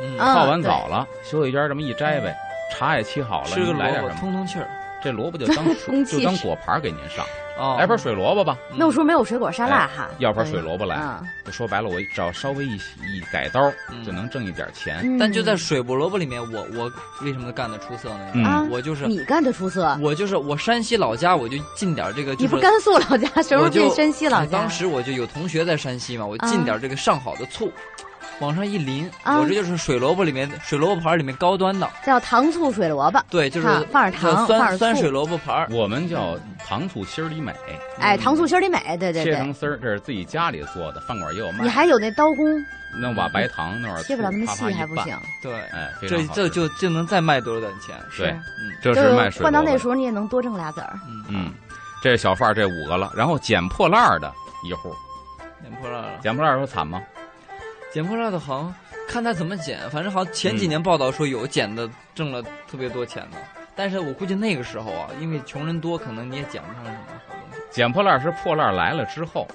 Speaker 2: 嗯
Speaker 1: 嗯
Speaker 3: 泡完澡了，休息间这么一摘呗，茶也沏好了，
Speaker 2: 吃个
Speaker 3: 您来
Speaker 2: 萝
Speaker 3: 点
Speaker 2: 卜
Speaker 3: 什么？
Speaker 2: 通通气儿。
Speaker 3: 这萝卜就 当
Speaker 1: 空气
Speaker 3: 就当果盘给您上，
Speaker 2: 哦，
Speaker 3: 来盘水萝卜吧，
Speaker 2: 嗯
Speaker 1: 那我说没有水果沙拉哈，
Speaker 3: 哎要盘水萝卜
Speaker 1: 卜
Speaker 3: 来。
Speaker 1: 啊，
Speaker 3: 就说白了，我只要稍微一洗一改刀
Speaker 2: 嗯，
Speaker 3: 就能挣一点钱。
Speaker 1: 嗯
Speaker 2: 但就在水菠萝卜里面，我我为什么干的出色呢？
Speaker 3: 嗯
Speaker 1: 啊
Speaker 2: 我就是
Speaker 1: 你干的出色，
Speaker 2: 我就是我山西老家，我就进点儿这个，就
Speaker 1: 你不
Speaker 2: 是
Speaker 1: 甘肃老家，什么时候
Speaker 2: 我就
Speaker 1: 变山西老
Speaker 2: 我
Speaker 1: 家？
Speaker 2: 当时我就有同学在山西嘛，我
Speaker 1: 啊
Speaker 2: 进点儿这个上好的醋，往上一淋，
Speaker 1: 啊
Speaker 2: 我这就是水萝卜里面水萝卜盘儿里面高端的，
Speaker 1: 叫糖醋水萝卜，
Speaker 2: 对，就是
Speaker 1: 啊放点糖
Speaker 2: 叫
Speaker 1: 放点
Speaker 2: 酸
Speaker 1: 醋
Speaker 2: 酸水萝卜盘儿，
Speaker 1: 嗯
Speaker 3: 我们叫糖醋心儿里美，
Speaker 1: 哎，
Speaker 2: 嗯
Speaker 1: 糖醋心儿里美，对对
Speaker 3: 切
Speaker 1: 对
Speaker 3: 成。丝儿，这是自己家里做的，饭馆也有卖
Speaker 1: 你。还有那刀工，
Speaker 3: 弄把白糖，弄点醋
Speaker 1: 切不了那么
Speaker 3: 啪啪
Speaker 1: 细
Speaker 3: 一
Speaker 1: 还不
Speaker 3: 拌
Speaker 1: 行。
Speaker 2: 对，
Speaker 3: 哎，非
Speaker 2: 这
Speaker 3: 常好
Speaker 2: 这
Speaker 3: 吃
Speaker 2: 就就能再卖多少点钱？
Speaker 3: 对
Speaker 1: 是，
Speaker 2: 嗯
Speaker 3: 这是卖
Speaker 1: 就
Speaker 3: 水
Speaker 1: 换到那
Speaker 3: 萝卜
Speaker 1: 时候你也能多挣俩子儿。
Speaker 2: 嗯，
Speaker 3: 嗯，这小贩儿这五个了，然后捡破烂儿的一户，
Speaker 2: 捡破烂嗯了，
Speaker 3: 捡破烂儿说惨吗？
Speaker 2: 捡破烂的好像看他怎么捡，反正好像前几
Speaker 3: 嗯
Speaker 2: 年报道说有捡的挣了特别多钱的，但是我估计那个时候啊，因为穷人多，可能你也捡不上什么好东西。
Speaker 3: 捡破烂儿是破烂儿来了之后，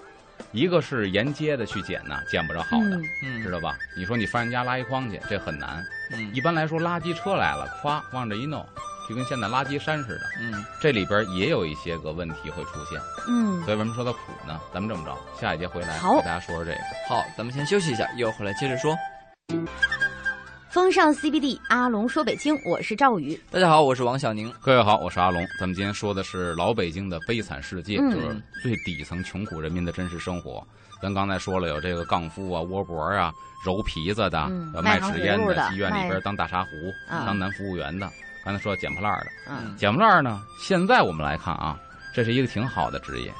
Speaker 3: 一个是沿街的去捡呐，捡不着好的，
Speaker 1: 嗯，
Speaker 2: 嗯，
Speaker 3: 知道吧？你说你翻人家垃圾筐去，这很难。
Speaker 2: 嗯
Speaker 3: 一般来说，垃圾车来了，咵往这一弄，就跟现在垃圾山似的。
Speaker 2: 嗯
Speaker 3: 这里边也有一些个问题会出现，
Speaker 1: 嗯，
Speaker 3: 所以为什么说它苦呢？咱们这么着，下一节回来
Speaker 1: 好
Speaker 3: 给大家说说这个。
Speaker 2: 好，咱们先休息一下，一会儿回来接着说。
Speaker 1: 风尚 CBD，阿龙说北京，我是赵宇。
Speaker 2: 大家好，我是王小宁。
Speaker 3: 各位好，我是阿龙。咱们今天说的是老北京的悲惨世界，
Speaker 1: 嗯
Speaker 3: 就是最底层穷苦人民的真实生活。咱刚才说了，有这个杠夫啊、窝脖啊、揉皮子的、
Speaker 1: 嗯
Speaker 3: 呃
Speaker 1: 卖
Speaker 3: 卖
Speaker 1: 糖
Speaker 3: 纸烟
Speaker 1: 葫芦的
Speaker 3: 妓院里
Speaker 1: 卖
Speaker 3: 边当大茶壶、
Speaker 1: 啊
Speaker 3: 当男服务员的。刚才说捡破烂儿的，
Speaker 1: 嗯，
Speaker 3: 捡破烂儿呢，现在我们来看啊，这是一个挺好的职业。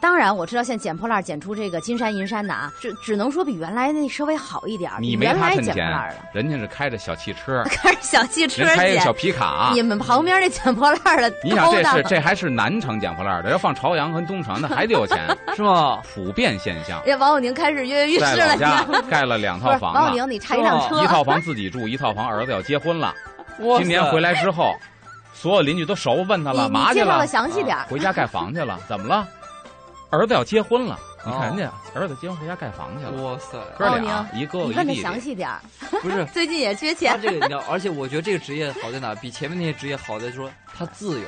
Speaker 1: 当然我知道现在捡破烂儿捡出这个金山银山的啊，只只能说比原来那稍微好一点儿。
Speaker 3: 你
Speaker 1: 比
Speaker 3: 没
Speaker 1: 原
Speaker 3: 他
Speaker 1: 来
Speaker 3: 趁
Speaker 1: 捡破
Speaker 3: 钱
Speaker 1: 烂儿的，，
Speaker 3: 人家是开着小汽车，
Speaker 1: 开着小汽车
Speaker 3: 人开一个
Speaker 1: 捡
Speaker 3: 小。皮卡。
Speaker 1: 你们旁边那捡破烂儿的
Speaker 3: 啊你想
Speaker 1: 高
Speaker 3: 这是
Speaker 1: 档，
Speaker 3: 这还是南城捡破烂儿的，要放朝阳和东城的还 得有钱，
Speaker 1: 啊
Speaker 2: 是吗？
Speaker 3: 普遍现象。
Speaker 1: 这王永宁开始跃跃欲
Speaker 3: 在
Speaker 1: 试
Speaker 3: 老
Speaker 1: 了。
Speaker 3: 家
Speaker 1: 你看
Speaker 3: 盖了两
Speaker 1: 不
Speaker 3: 套
Speaker 1: 是王
Speaker 3: 房啊
Speaker 1: 永
Speaker 3: 了，
Speaker 1: 宁，你差一辆车
Speaker 3: 一。套房自己住，一套房儿子要结 婚了。
Speaker 2: 哇
Speaker 3: 今年回来之后，所有邻居都熟，问他
Speaker 1: 你
Speaker 3: 了嘛
Speaker 1: 你
Speaker 3: 去
Speaker 1: 介绍
Speaker 3: 了啊
Speaker 1: 的，详细点儿。
Speaker 3: 回家盖房去了，怎么了？嗯儿子要结婚了，你看
Speaker 2: 哦
Speaker 3: 人家儿子结婚回家盖房去了，
Speaker 2: 哇塞，啊
Speaker 3: 哥
Speaker 1: 王
Speaker 3: 俩一哥
Speaker 1: 你
Speaker 3: 哥一哎
Speaker 1: 问的
Speaker 3: 弟弟，
Speaker 1: 详细点儿，
Speaker 2: 不是
Speaker 1: 最近也缺
Speaker 2: 他
Speaker 1: 钱。
Speaker 2: 这个，你知道，而且我觉得这个职业好在哪？比前面那些职业好在说他 自由。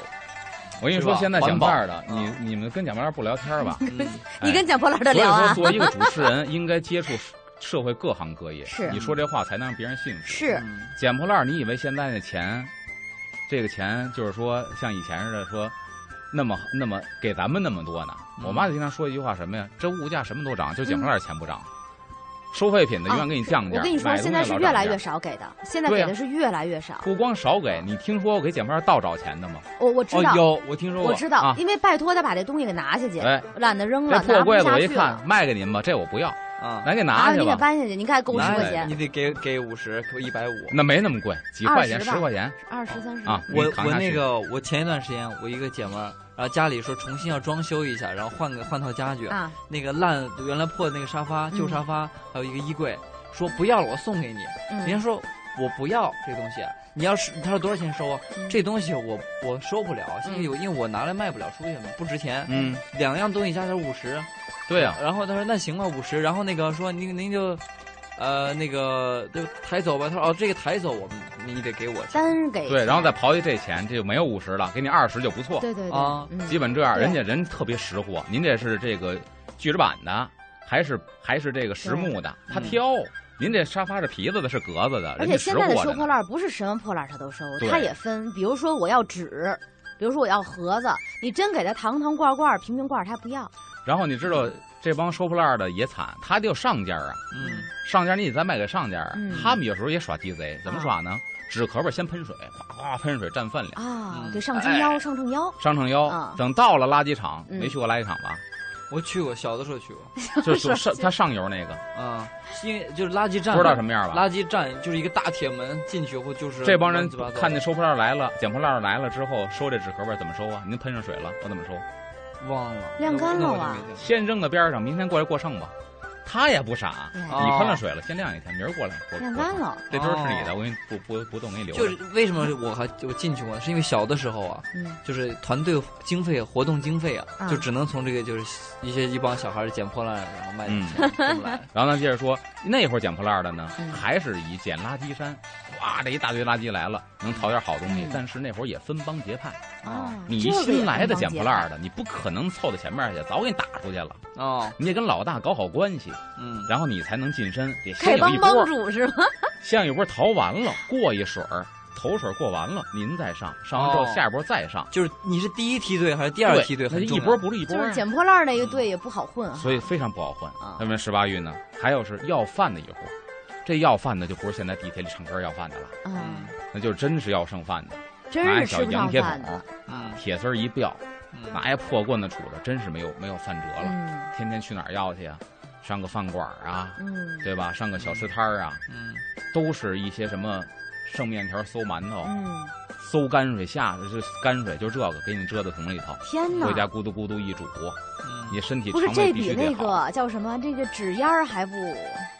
Speaker 3: 我跟你说，
Speaker 2: 是吧
Speaker 3: 现在讲
Speaker 2: 环保
Speaker 3: 话儿的，你
Speaker 2: 啊
Speaker 3: 你们跟讲话儿不聊天儿 吧？哎
Speaker 2: 嗯
Speaker 1: 你跟捡破烂儿的
Speaker 3: 所以
Speaker 1: 聊
Speaker 3: 说，
Speaker 1: 啊？
Speaker 3: 作为一个主持人，应该接触社会各行各业，
Speaker 1: 是
Speaker 3: 你说这话才能让别人信服。
Speaker 1: 是，
Speaker 2: 嗯
Speaker 3: 捡破烂儿，你以为现在的钱，这个钱就是说像以前似的说，那么那么给咱们那么多呢？
Speaker 2: 嗯
Speaker 3: 我妈就经常说一句话什么呀？这物价什么都涨，就捡破烂儿钱不涨。收废品的永远给你降价。
Speaker 1: 嗯哦我跟你说，
Speaker 3: 嗯买东西
Speaker 1: 现在是
Speaker 3: 老
Speaker 1: 越
Speaker 3: 涨
Speaker 1: 来越
Speaker 3: 价
Speaker 1: 少给的，现在
Speaker 3: 对
Speaker 1: 给
Speaker 3: 呀
Speaker 1: 的是越来越少。
Speaker 3: 不光少给你，听说我给捡破烂倒找钱的吗？
Speaker 1: 我我知
Speaker 2: 哦
Speaker 1: 道，，
Speaker 2: 有我听说过，
Speaker 1: 我知道，
Speaker 3: 啊
Speaker 1: 因为拜托他把这东西给拿下去，
Speaker 3: 哎，
Speaker 1: 懒得扔
Speaker 3: 这
Speaker 1: 了，
Speaker 3: 破
Speaker 1: 拿不
Speaker 3: 柜子
Speaker 1: 下
Speaker 3: 我一
Speaker 1: 去了。
Speaker 3: 看，卖给您吧，这我不要，
Speaker 2: 啊，
Speaker 3: 咱给
Speaker 1: 啊，
Speaker 3: 拿去
Speaker 1: 你给
Speaker 3: 吧。
Speaker 1: 搬下去，你看给我十
Speaker 2: 拿
Speaker 1: 块
Speaker 2: 来
Speaker 1: 钱
Speaker 2: 你，得给给五十，给一百五。
Speaker 3: 那没那么贵，几块钱、
Speaker 1: 20
Speaker 3: 十
Speaker 1: 吧
Speaker 3: 块钱
Speaker 1: 二十三十
Speaker 3: 啊。
Speaker 2: 我
Speaker 3: 你扛
Speaker 2: 我
Speaker 3: 下
Speaker 2: 那
Speaker 3: 去
Speaker 2: 个我前一段时间我一个姐们儿，然后家里说重新要装修一下，然后换个换套家具，
Speaker 1: 啊，
Speaker 2: 那个烂原来破的那个沙发
Speaker 1: 嗯
Speaker 2: 旧沙发，还有一个衣柜，说不要了，我送给你。人家
Speaker 1: 嗯，
Speaker 2: 说我不要这东西，你要是他说多少钱收啊？
Speaker 1: 嗯
Speaker 2: 这东西我我收不了，
Speaker 1: 嗯
Speaker 2: 因为我因为我拿来卖不了出去嘛，不值钱。
Speaker 3: 嗯，
Speaker 2: 两样东西加起来五十，
Speaker 3: 对啊呀、
Speaker 2: 然后他说那行吧，五十。然后那个说您您就，呃那个就抬走吧。他说哦这个抬走我们你得给我钱。
Speaker 1: 单给
Speaker 3: 对，
Speaker 1: 钱
Speaker 3: 然后再刨去这钱，这就没有五十了，给你二十就不错，
Speaker 1: 对对对
Speaker 2: 啊，
Speaker 1: 嗯
Speaker 3: 基本这样。
Speaker 1: 对
Speaker 3: 人家人特别识货，您这是这个聚酯板的，还是还是这个实木的，他挑。您这沙发是皮子的，是格子的，
Speaker 1: 嗯而
Speaker 3: 人
Speaker 1: 且
Speaker 3: 家识
Speaker 1: 现在的
Speaker 3: 货
Speaker 1: 收
Speaker 3: 的
Speaker 1: 破
Speaker 3: 呢。
Speaker 1: 烂儿不是什么破烂儿他都收，
Speaker 3: 对
Speaker 1: 他也分，比如说我要纸，比如说我要盒子，你真给他糖糖罐罐、瓶瓶罐儿他不要，
Speaker 3: 然后你知道这帮收破烂的也惨，他得有上家啊，
Speaker 2: 嗯，
Speaker 3: 上家你得再卖给上家啊
Speaker 1: 嗯，啊
Speaker 3: 他们有时候也耍鸡贼，怎么耍呢？纸壳儿先喷水，哗哗喷水占分量，
Speaker 1: 啊，
Speaker 2: 嗯
Speaker 1: 给上撑腰，
Speaker 3: 哎
Speaker 1: 上秤腰，
Speaker 3: 上秤腰
Speaker 1: 啊。
Speaker 3: 等到了垃圾场，
Speaker 1: 嗯
Speaker 3: 没去过垃圾场 吧？
Speaker 2: 我去过，小的时候去过，
Speaker 3: 就是上他上游那个，
Speaker 2: 啊，因为就是垃圾
Speaker 3: 不
Speaker 2: 站，
Speaker 3: 知道什么样吧？
Speaker 2: 垃圾站就是一个大铁门，进去后就是
Speaker 3: 这帮人
Speaker 2: 乱七八糟的
Speaker 3: 看见收破烂来了、捡破烂来了之后，收这纸壳儿怎么收啊？您喷上水了，我怎么收？
Speaker 2: 忘了
Speaker 1: 晾干了啊。
Speaker 2: 那我就没见
Speaker 3: 先扔到边儿上，明天过来过剩吧。他也不傻，啊
Speaker 1: 对
Speaker 2: 哦
Speaker 3: 你喷了水了，先晾一天，明儿过来过
Speaker 1: 晾
Speaker 3: 过
Speaker 1: 干
Speaker 3: 剩
Speaker 1: 了，
Speaker 3: 这堆儿是你的，我给你不不不动，给你留着。
Speaker 2: 哦就是为什么我还我进去过，是因为小的时候啊，
Speaker 1: 嗯，
Speaker 2: 就是团队经费、活动经费啊，
Speaker 1: 啊
Speaker 2: 就只能从这个就是一些一帮小孩儿捡破烂，然后卖
Speaker 3: 嗯
Speaker 2: 钱挣来。
Speaker 3: 然后咱接着说，那会儿捡破烂的呢
Speaker 1: 嗯，
Speaker 3: 还是以捡垃圾山，哇，这一大堆垃圾来了，能淘点好东西
Speaker 1: 嗯。
Speaker 3: 但是那会儿也分帮结派，
Speaker 1: 啊，
Speaker 3: 哦你一
Speaker 1: 这个也
Speaker 3: 新来的
Speaker 1: 能
Speaker 3: 捡
Speaker 1: 解
Speaker 3: 破烂的，你不可能凑到前面去，早给你打出去了。
Speaker 2: 哦，
Speaker 3: 你得跟老大搞好关系，
Speaker 2: 嗯，
Speaker 3: 然后你才能近身，得先
Speaker 1: 开
Speaker 3: 有
Speaker 1: 帮
Speaker 3: 一波
Speaker 1: 帮，主是吗？
Speaker 3: 先有一波淘完了，过一水儿，头水儿过完了，您再上，上完之后
Speaker 2: 哦
Speaker 3: 下一波再上。
Speaker 2: 就是你是第一梯队还是第二梯队很
Speaker 3: 对那
Speaker 2: 重
Speaker 3: 就一
Speaker 2: 要？
Speaker 3: 波不是一波
Speaker 1: 就
Speaker 3: 啊，
Speaker 1: 是捡破烂儿那个队也不好混啊，
Speaker 3: 所以非常不好混
Speaker 1: 啊。
Speaker 3: 那么十八运呢，还有是要饭的一户，这要饭的就不是现在地铁里唱歌要饭的了，
Speaker 1: 啊
Speaker 2: 嗯，
Speaker 3: 那就真是要剩饭的，拿
Speaker 1: 真是
Speaker 3: 一小
Speaker 1: 吃不
Speaker 3: 洋
Speaker 1: 上
Speaker 3: 铁
Speaker 1: 饭
Speaker 3: 桶
Speaker 1: 的，，
Speaker 2: 嗯
Speaker 3: 铁丝儿一吊，
Speaker 2: 嗯
Speaker 3: 拿一破棍子杵着，真是没有没有饭辙了。
Speaker 1: 嗯
Speaker 3: 天天去哪儿要去啊？上个饭馆儿啊，
Speaker 1: 嗯
Speaker 3: 对吧？上个小吃摊儿啊，
Speaker 2: 嗯，
Speaker 3: 都是一些什么。剩面条、馊馒头、
Speaker 1: 嗯，
Speaker 3: 馊泔水下，这泔水就这个给你折到桶里头，
Speaker 1: 天哪
Speaker 3: 回！家咕嘟咕嘟一煮，
Speaker 2: 嗯
Speaker 3: 你身体
Speaker 1: 不是
Speaker 3: 肠
Speaker 1: 这
Speaker 3: 胃必
Speaker 1: 比
Speaker 3: 须
Speaker 1: 那
Speaker 3: 得好。
Speaker 1: 个叫什么这个纸烟儿还不，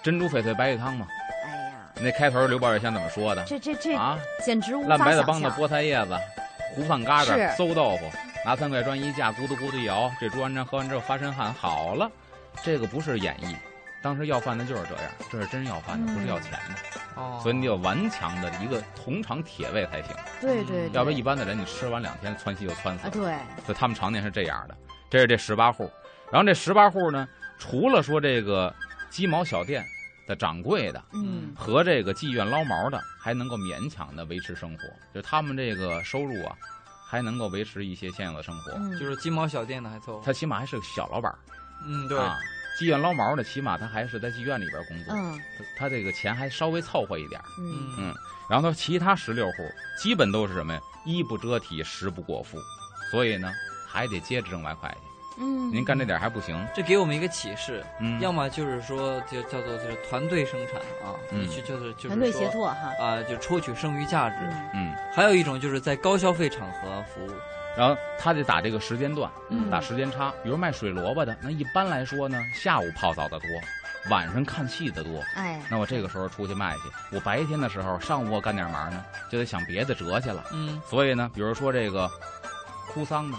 Speaker 3: 珍珠翡翠白玉汤嘛，
Speaker 1: 哎呀，
Speaker 3: 那开头刘宝瑞先怎么说的？
Speaker 1: 这这这
Speaker 3: 啊，
Speaker 1: 简直无
Speaker 3: 烂
Speaker 1: 法
Speaker 3: 白菜
Speaker 1: 想
Speaker 3: 帮子、
Speaker 1: 象。
Speaker 3: 菠菜叶子、糊饭疙瘩、
Speaker 1: 是
Speaker 3: 馊豆腐，拿三块砖一架，咕嘟咕嘟一摇，这猪丸汤喝完之后发身汗，好了，这个不是演绎。当时要饭的就是这样，这是真要饭的，
Speaker 1: 嗯
Speaker 3: 不是要钱的，
Speaker 2: 哦，
Speaker 3: 所以你得有顽强的一个同场铁胃才行，
Speaker 1: 对对，
Speaker 3: 嗯要不
Speaker 1: 对
Speaker 3: 然一般的人你吃完两天窜稀就窜死
Speaker 1: 啊，
Speaker 3: 了。
Speaker 1: 对，
Speaker 3: 所以他们常年是这样的。这是这十八户，然后这十八户呢，除了说这个鸡毛小店的掌柜的
Speaker 1: 嗯
Speaker 3: 和这个妓院捞毛的，还能够勉强的维持生活，就是他们这个收入啊，还能够维持一些现有的生活。
Speaker 1: 嗯，
Speaker 2: 就是金毛小店的还凑合。
Speaker 3: 他起码还是个小老板儿
Speaker 2: 嗯，对，
Speaker 3: 啊，妓院捞毛的起码他还是在妓院里边工作，
Speaker 1: 嗯
Speaker 3: 他他这个钱还稍微凑合一点儿。
Speaker 1: 嗯，
Speaker 2: 嗯
Speaker 3: 然后其他十六户基本都是什么呀？衣不遮体，食不果腹，所以呢，还得接着挣外快去。
Speaker 1: 嗯，
Speaker 3: 您干这点儿还不行，
Speaker 2: 这给我们一个启示，
Speaker 3: 嗯，
Speaker 2: 要么就是说就叫做就是团队生产啊，
Speaker 3: 嗯
Speaker 2: 你去就是就是
Speaker 1: 团队
Speaker 2: 说
Speaker 1: 协作哈，
Speaker 2: 啊，就抽取剩余价值。
Speaker 1: 嗯
Speaker 3: 嗯，
Speaker 2: 还有一种就是在高消费场合服务，
Speaker 3: 然后他得打这个时间段，
Speaker 1: 嗯
Speaker 3: 打时间差。比如卖水萝卜的，那一般来说呢，下午泡澡的多，晚上看戏的多。
Speaker 1: 哎，
Speaker 3: 那我这个时候出去卖去，我白天的时候上午我干点嘛呢，就得想别的辙去了。
Speaker 2: 嗯
Speaker 3: 所以呢，比如说这个哭丧的，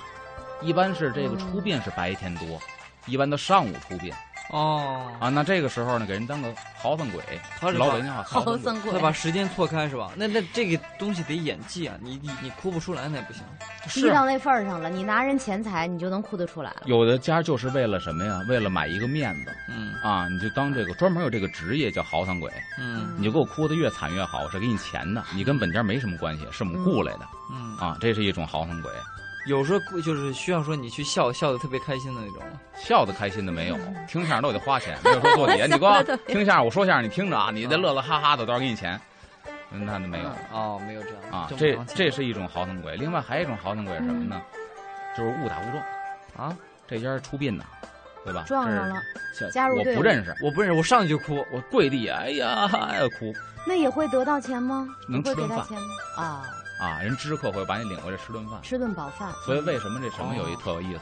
Speaker 3: 一般是这个
Speaker 1: 嗯
Speaker 3: 出殡是白天多，一般都上午出殡
Speaker 2: 哦
Speaker 3: 啊。那这个时候呢，给人当个豪放鬼，
Speaker 2: 他是
Speaker 3: 老
Speaker 2: 把
Speaker 3: 北京话豪
Speaker 1: 好
Speaker 3: 放鬼。
Speaker 1: 三
Speaker 2: 他
Speaker 1: 贵，
Speaker 2: 把时间错开是吧？那那这个东西得演技啊，你你你哭不出来那也不行。
Speaker 1: 逼
Speaker 3: 是啊
Speaker 1: 到那份儿上了，你拿人钱财，你就能哭得出来了。
Speaker 3: 有的家就是为了什么呀？为了买一个面子
Speaker 2: 嗯
Speaker 3: 啊，你就当这个专门有这个职业叫豪丧鬼。
Speaker 2: 嗯
Speaker 3: 你就给我哭得越惨越好，我是给你钱的，你跟本家没什么关系，是我们雇来的、
Speaker 2: 嗯
Speaker 3: 啊，这是一种豪横鬼。
Speaker 2: 有时候故就是需要说你去笑笑的特别开心的那种。
Speaker 3: 笑得开心的没有，听相声都得花钱。没有说做姐，你给
Speaker 1: 笑
Speaker 3: 我
Speaker 1: 得特别
Speaker 3: 听相声，我说相声，你听着啊，你得
Speaker 2: 嗯
Speaker 3: 乐乐哈哈的，到时候给你钱。嗯那没有
Speaker 2: 嗯哦，没有这样
Speaker 3: 啊，
Speaker 2: 挣不
Speaker 3: 这
Speaker 2: 着钱
Speaker 3: 这是一种豪横鬼。另外还有一种豪横鬼是什么呢？就是误打误撞，
Speaker 2: 啊，
Speaker 3: 这家出殡呢，对吧？
Speaker 1: 撞上了，
Speaker 3: 这是
Speaker 1: 加入
Speaker 3: 我
Speaker 1: 队伍
Speaker 3: 不认识，
Speaker 2: 我不认识，我上去就哭。
Speaker 3: 我跪地，哎呀，哎呀哭
Speaker 1: 那也会得到钱吗？
Speaker 3: 能
Speaker 1: 会
Speaker 3: 吃
Speaker 1: 给
Speaker 3: 顿
Speaker 1: 他
Speaker 3: 饭
Speaker 1: 钱吗？哦，
Speaker 3: 啊，人知客会把你领回来吃顿饭。
Speaker 1: 吃顿饱饭。
Speaker 3: 所以为什么这什么有一
Speaker 2: 哦
Speaker 3: 特有意思？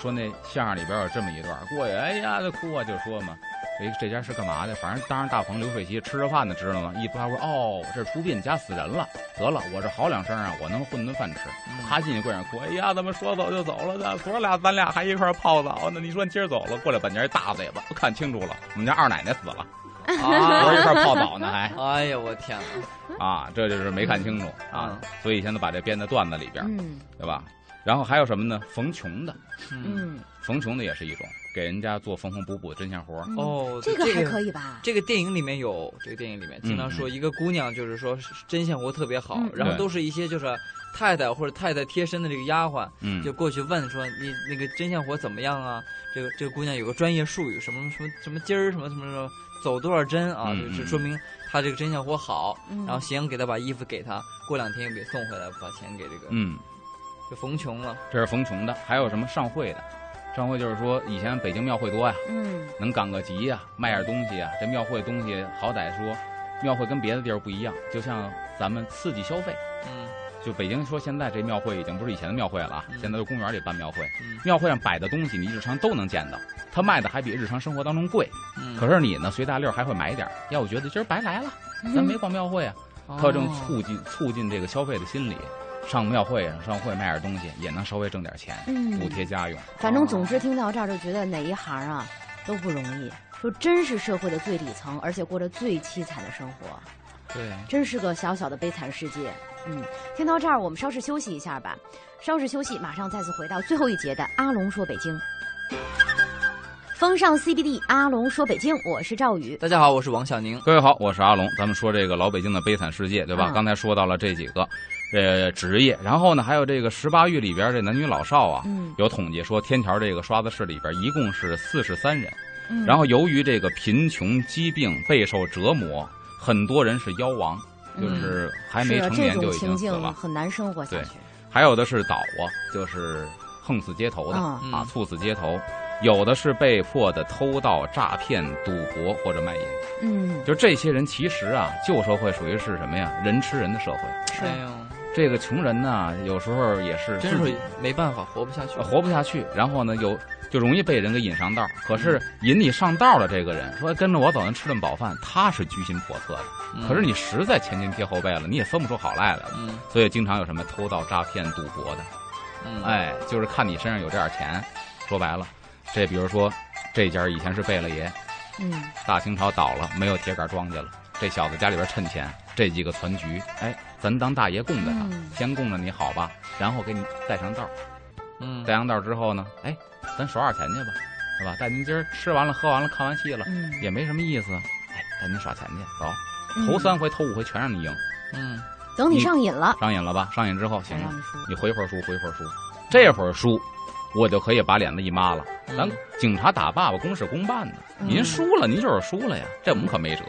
Speaker 3: 说那相声里边有这么一段，过去哎呀那哭啊就说嘛，哎这家是干嘛的？反正当然大棚流水席吃着饭呢，知道吗？一扒说哦这出殡家死人了，得了我这嚎两声啊，我能混顿饭吃。他进去跪上哭，哎呀，咱们说走就走了的，昨儿俩咱俩还一块儿泡澡呢，你说你今儿走了，过来半年一大嘴巴，我看清楚了，我们家二奶奶死了， 昨儿一
Speaker 2: 啊！
Speaker 3: 块儿泡澡呢还
Speaker 2: 哎呀，我天哪！
Speaker 3: 啊，这就是没看清楚啊，所以现在把这编在段子里边，
Speaker 1: 嗯
Speaker 3: 对吧？然后还有什么呢？逢穷的，
Speaker 2: 嗯，
Speaker 1: 嗯，
Speaker 3: 逢穷的也是一种，给人家做缝缝补补的针线活儿。
Speaker 1: 嗯，
Speaker 2: 哦，
Speaker 1: 这个还
Speaker 2: 以。
Speaker 1: 可以吧？
Speaker 2: 这个电影里面有，这个电影里面经常
Speaker 3: 嗯
Speaker 2: 说一个姑娘就是说是针线活特别好，
Speaker 1: 嗯
Speaker 2: 然后
Speaker 3: 对
Speaker 2: 都是一些就是太太或者太太贴身的这个丫鬟，
Speaker 3: 嗯，
Speaker 2: 就过去问说你那个针线活怎么样啊？这个这个姑娘有个专业术语，什么什么什么筋儿，什么什么什么走多少针啊，
Speaker 3: 嗯
Speaker 2: 就是
Speaker 3: 嗯
Speaker 2: 说明她这个针线活好。
Speaker 1: 嗯
Speaker 2: 然后行，给她把衣服给她，过两天又给送回来，把钱给这个
Speaker 3: 嗯，
Speaker 2: 就冯琼了。
Speaker 3: 这是逢穷的，还有什么上会的？上会就是说以前北京庙会多呀，啊
Speaker 1: 嗯
Speaker 3: 能赶个集呀、卖点东西呀、啊这庙会东西好歹说，庙会跟别的地儿不一样，就像咱们刺激消费。
Speaker 2: 嗯
Speaker 3: 就北京说现在这庙会已经不是以前的庙会了啊，
Speaker 2: 嗯
Speaker 3: 现在都公园里办庙会，
Speaker 2: 嗯
Speaker 3: 庙会上摆的东西你日常都能见到，他卖的还比日常生活当中贵。
Speaker 2: 嗯，
Speaker 3: 可是你呢，随大溜儿还会买点儿，要我觉得今儿白来了，咱没逛庙会啊，
Speaker 2: 哦
Speaker 3: 特正促进促进这个消费的心理。上庙会上上会卖点东西，也能稍微挣点钱，补
Speaker 1: 嗯，
Speaker 3: 贴家用。
Speaker 1: 反正总之听到这儿就觉得哪一行啊都不容易，说真是社会的最底层，而且过着最凄惨的生活。
Speaker 2: 对，
Speaker 1: 真是个小小的悲惨世界。嗯，听到这儿，我们稍事休息一下吧。稍事休息，马上再次回到最后一节的《阿龙说北京》。风尚 CBD，阿龙说北京，我是赵宇。
Speaker 2: 大家好，我是王小宁。
Speaker 3: 各位好，我是阿龙。咱们说这个老北京的悲惨世界，对吧？
Speaker 1: 嗯
Speaker 3: 刚才说到了这几个，呃，职业，然后呢，还有这个十八狱里边这男女老少啊，
Speaker 1: 嗯
Speaker 3: 有统计说天桥这个刷子市里边一共是四十三人。
Speaker 1: 嗯，
Speaker 3: 然
Speaker 1: 后
Speaker 3: 后由于这个贫穷、疾病备受折磨，很多人是夭亡，就是还没成
Speaker 1: 嗯啊这
Speaker 3: 年
Speaker 1: 种
Speaker 3: 就已
Speaker 1: 情
Speaker 3: 经死
Speaker 1: 境
Speaker 3: 了。
Speaker 1: 很难生活下去。
Speaker 3: 还有的是倒啊，就是横死街头的、
Speaker 1: 嗯
Speaker 3: 啊
Speaker 2: 嗯，
Speaker 3: 猝死街头。有的是被迫的偷盗、诈骗、赌博或者卖淫，
Speaker 1: 嗯，
Speaker 3: 就这些人其实啊，旧社会属于是什么呀？人吃人的社会。
Speaker 1: 是
Speaker 2: 哎呦，
Speaker 3: 这个穷人呢，有时候也是
Speaker 2: 真
Speaker 3: 自己
Speaker 2: 是没办法，活不下去。
Speaker 3: 呃活不下去，然后呢，有就容易被人给引上道儿。可是引你上道儿的这个人，说跟着我走，咱吃顿饱饭，他是居心叵测的。
Speaker 2: 嗯
Speaker 3: 可是你实在前进贴后背了，你也分不出好赖来了。
Speaker 2: 嗯
Speaker 3: 所以经常有什么偷盗、诈骗、赌博的，
Speaker 2: 嗯，
Speaker 3: 哎，就是看你身上有这点钱。说白了，这比如说这家以前是贝勒爷，
Speaker 1: 嗯，
Speaker 3: 大清朝倒了，没有铁杆庄稼了，这小子家里边趁钱，这几个攒局，哎，咱当大爷供着他，
Speaker 1: 嗯
Speaker 3: 先供着你好吧，然后给你带上道儿。
Speaker 2: 嗯，
Speaker 3: 带上道之后呢，哎，咱耍点钱去吧，是吧？带您今儿吃完了、喝完了、看完戏了，
Speaker 1: 嗯，
Speaker 3: 也没什么意思，哎，带您耍钱去，走。头三回、头五回全让你赢，
Speaker 2: 嗯，
Speaker 1: 等你上瘾了，
Speaker 3: 上瘾了吧？上瘾之后，行
Speaker 1: 才让
Speaker 3: 了，
Speaker 1: 你输。
Speaker 3: 你回一会儿输，回一会儿输，这会儿输，我就可以把脸子一抹了。
Speaker 2: 嗯
Speaker 3: 咱警察打爸爸，公事公办呢。
Speaker 1: 嗯
Speaker 3: 您输了，您就是输了呀，这我们可没辙，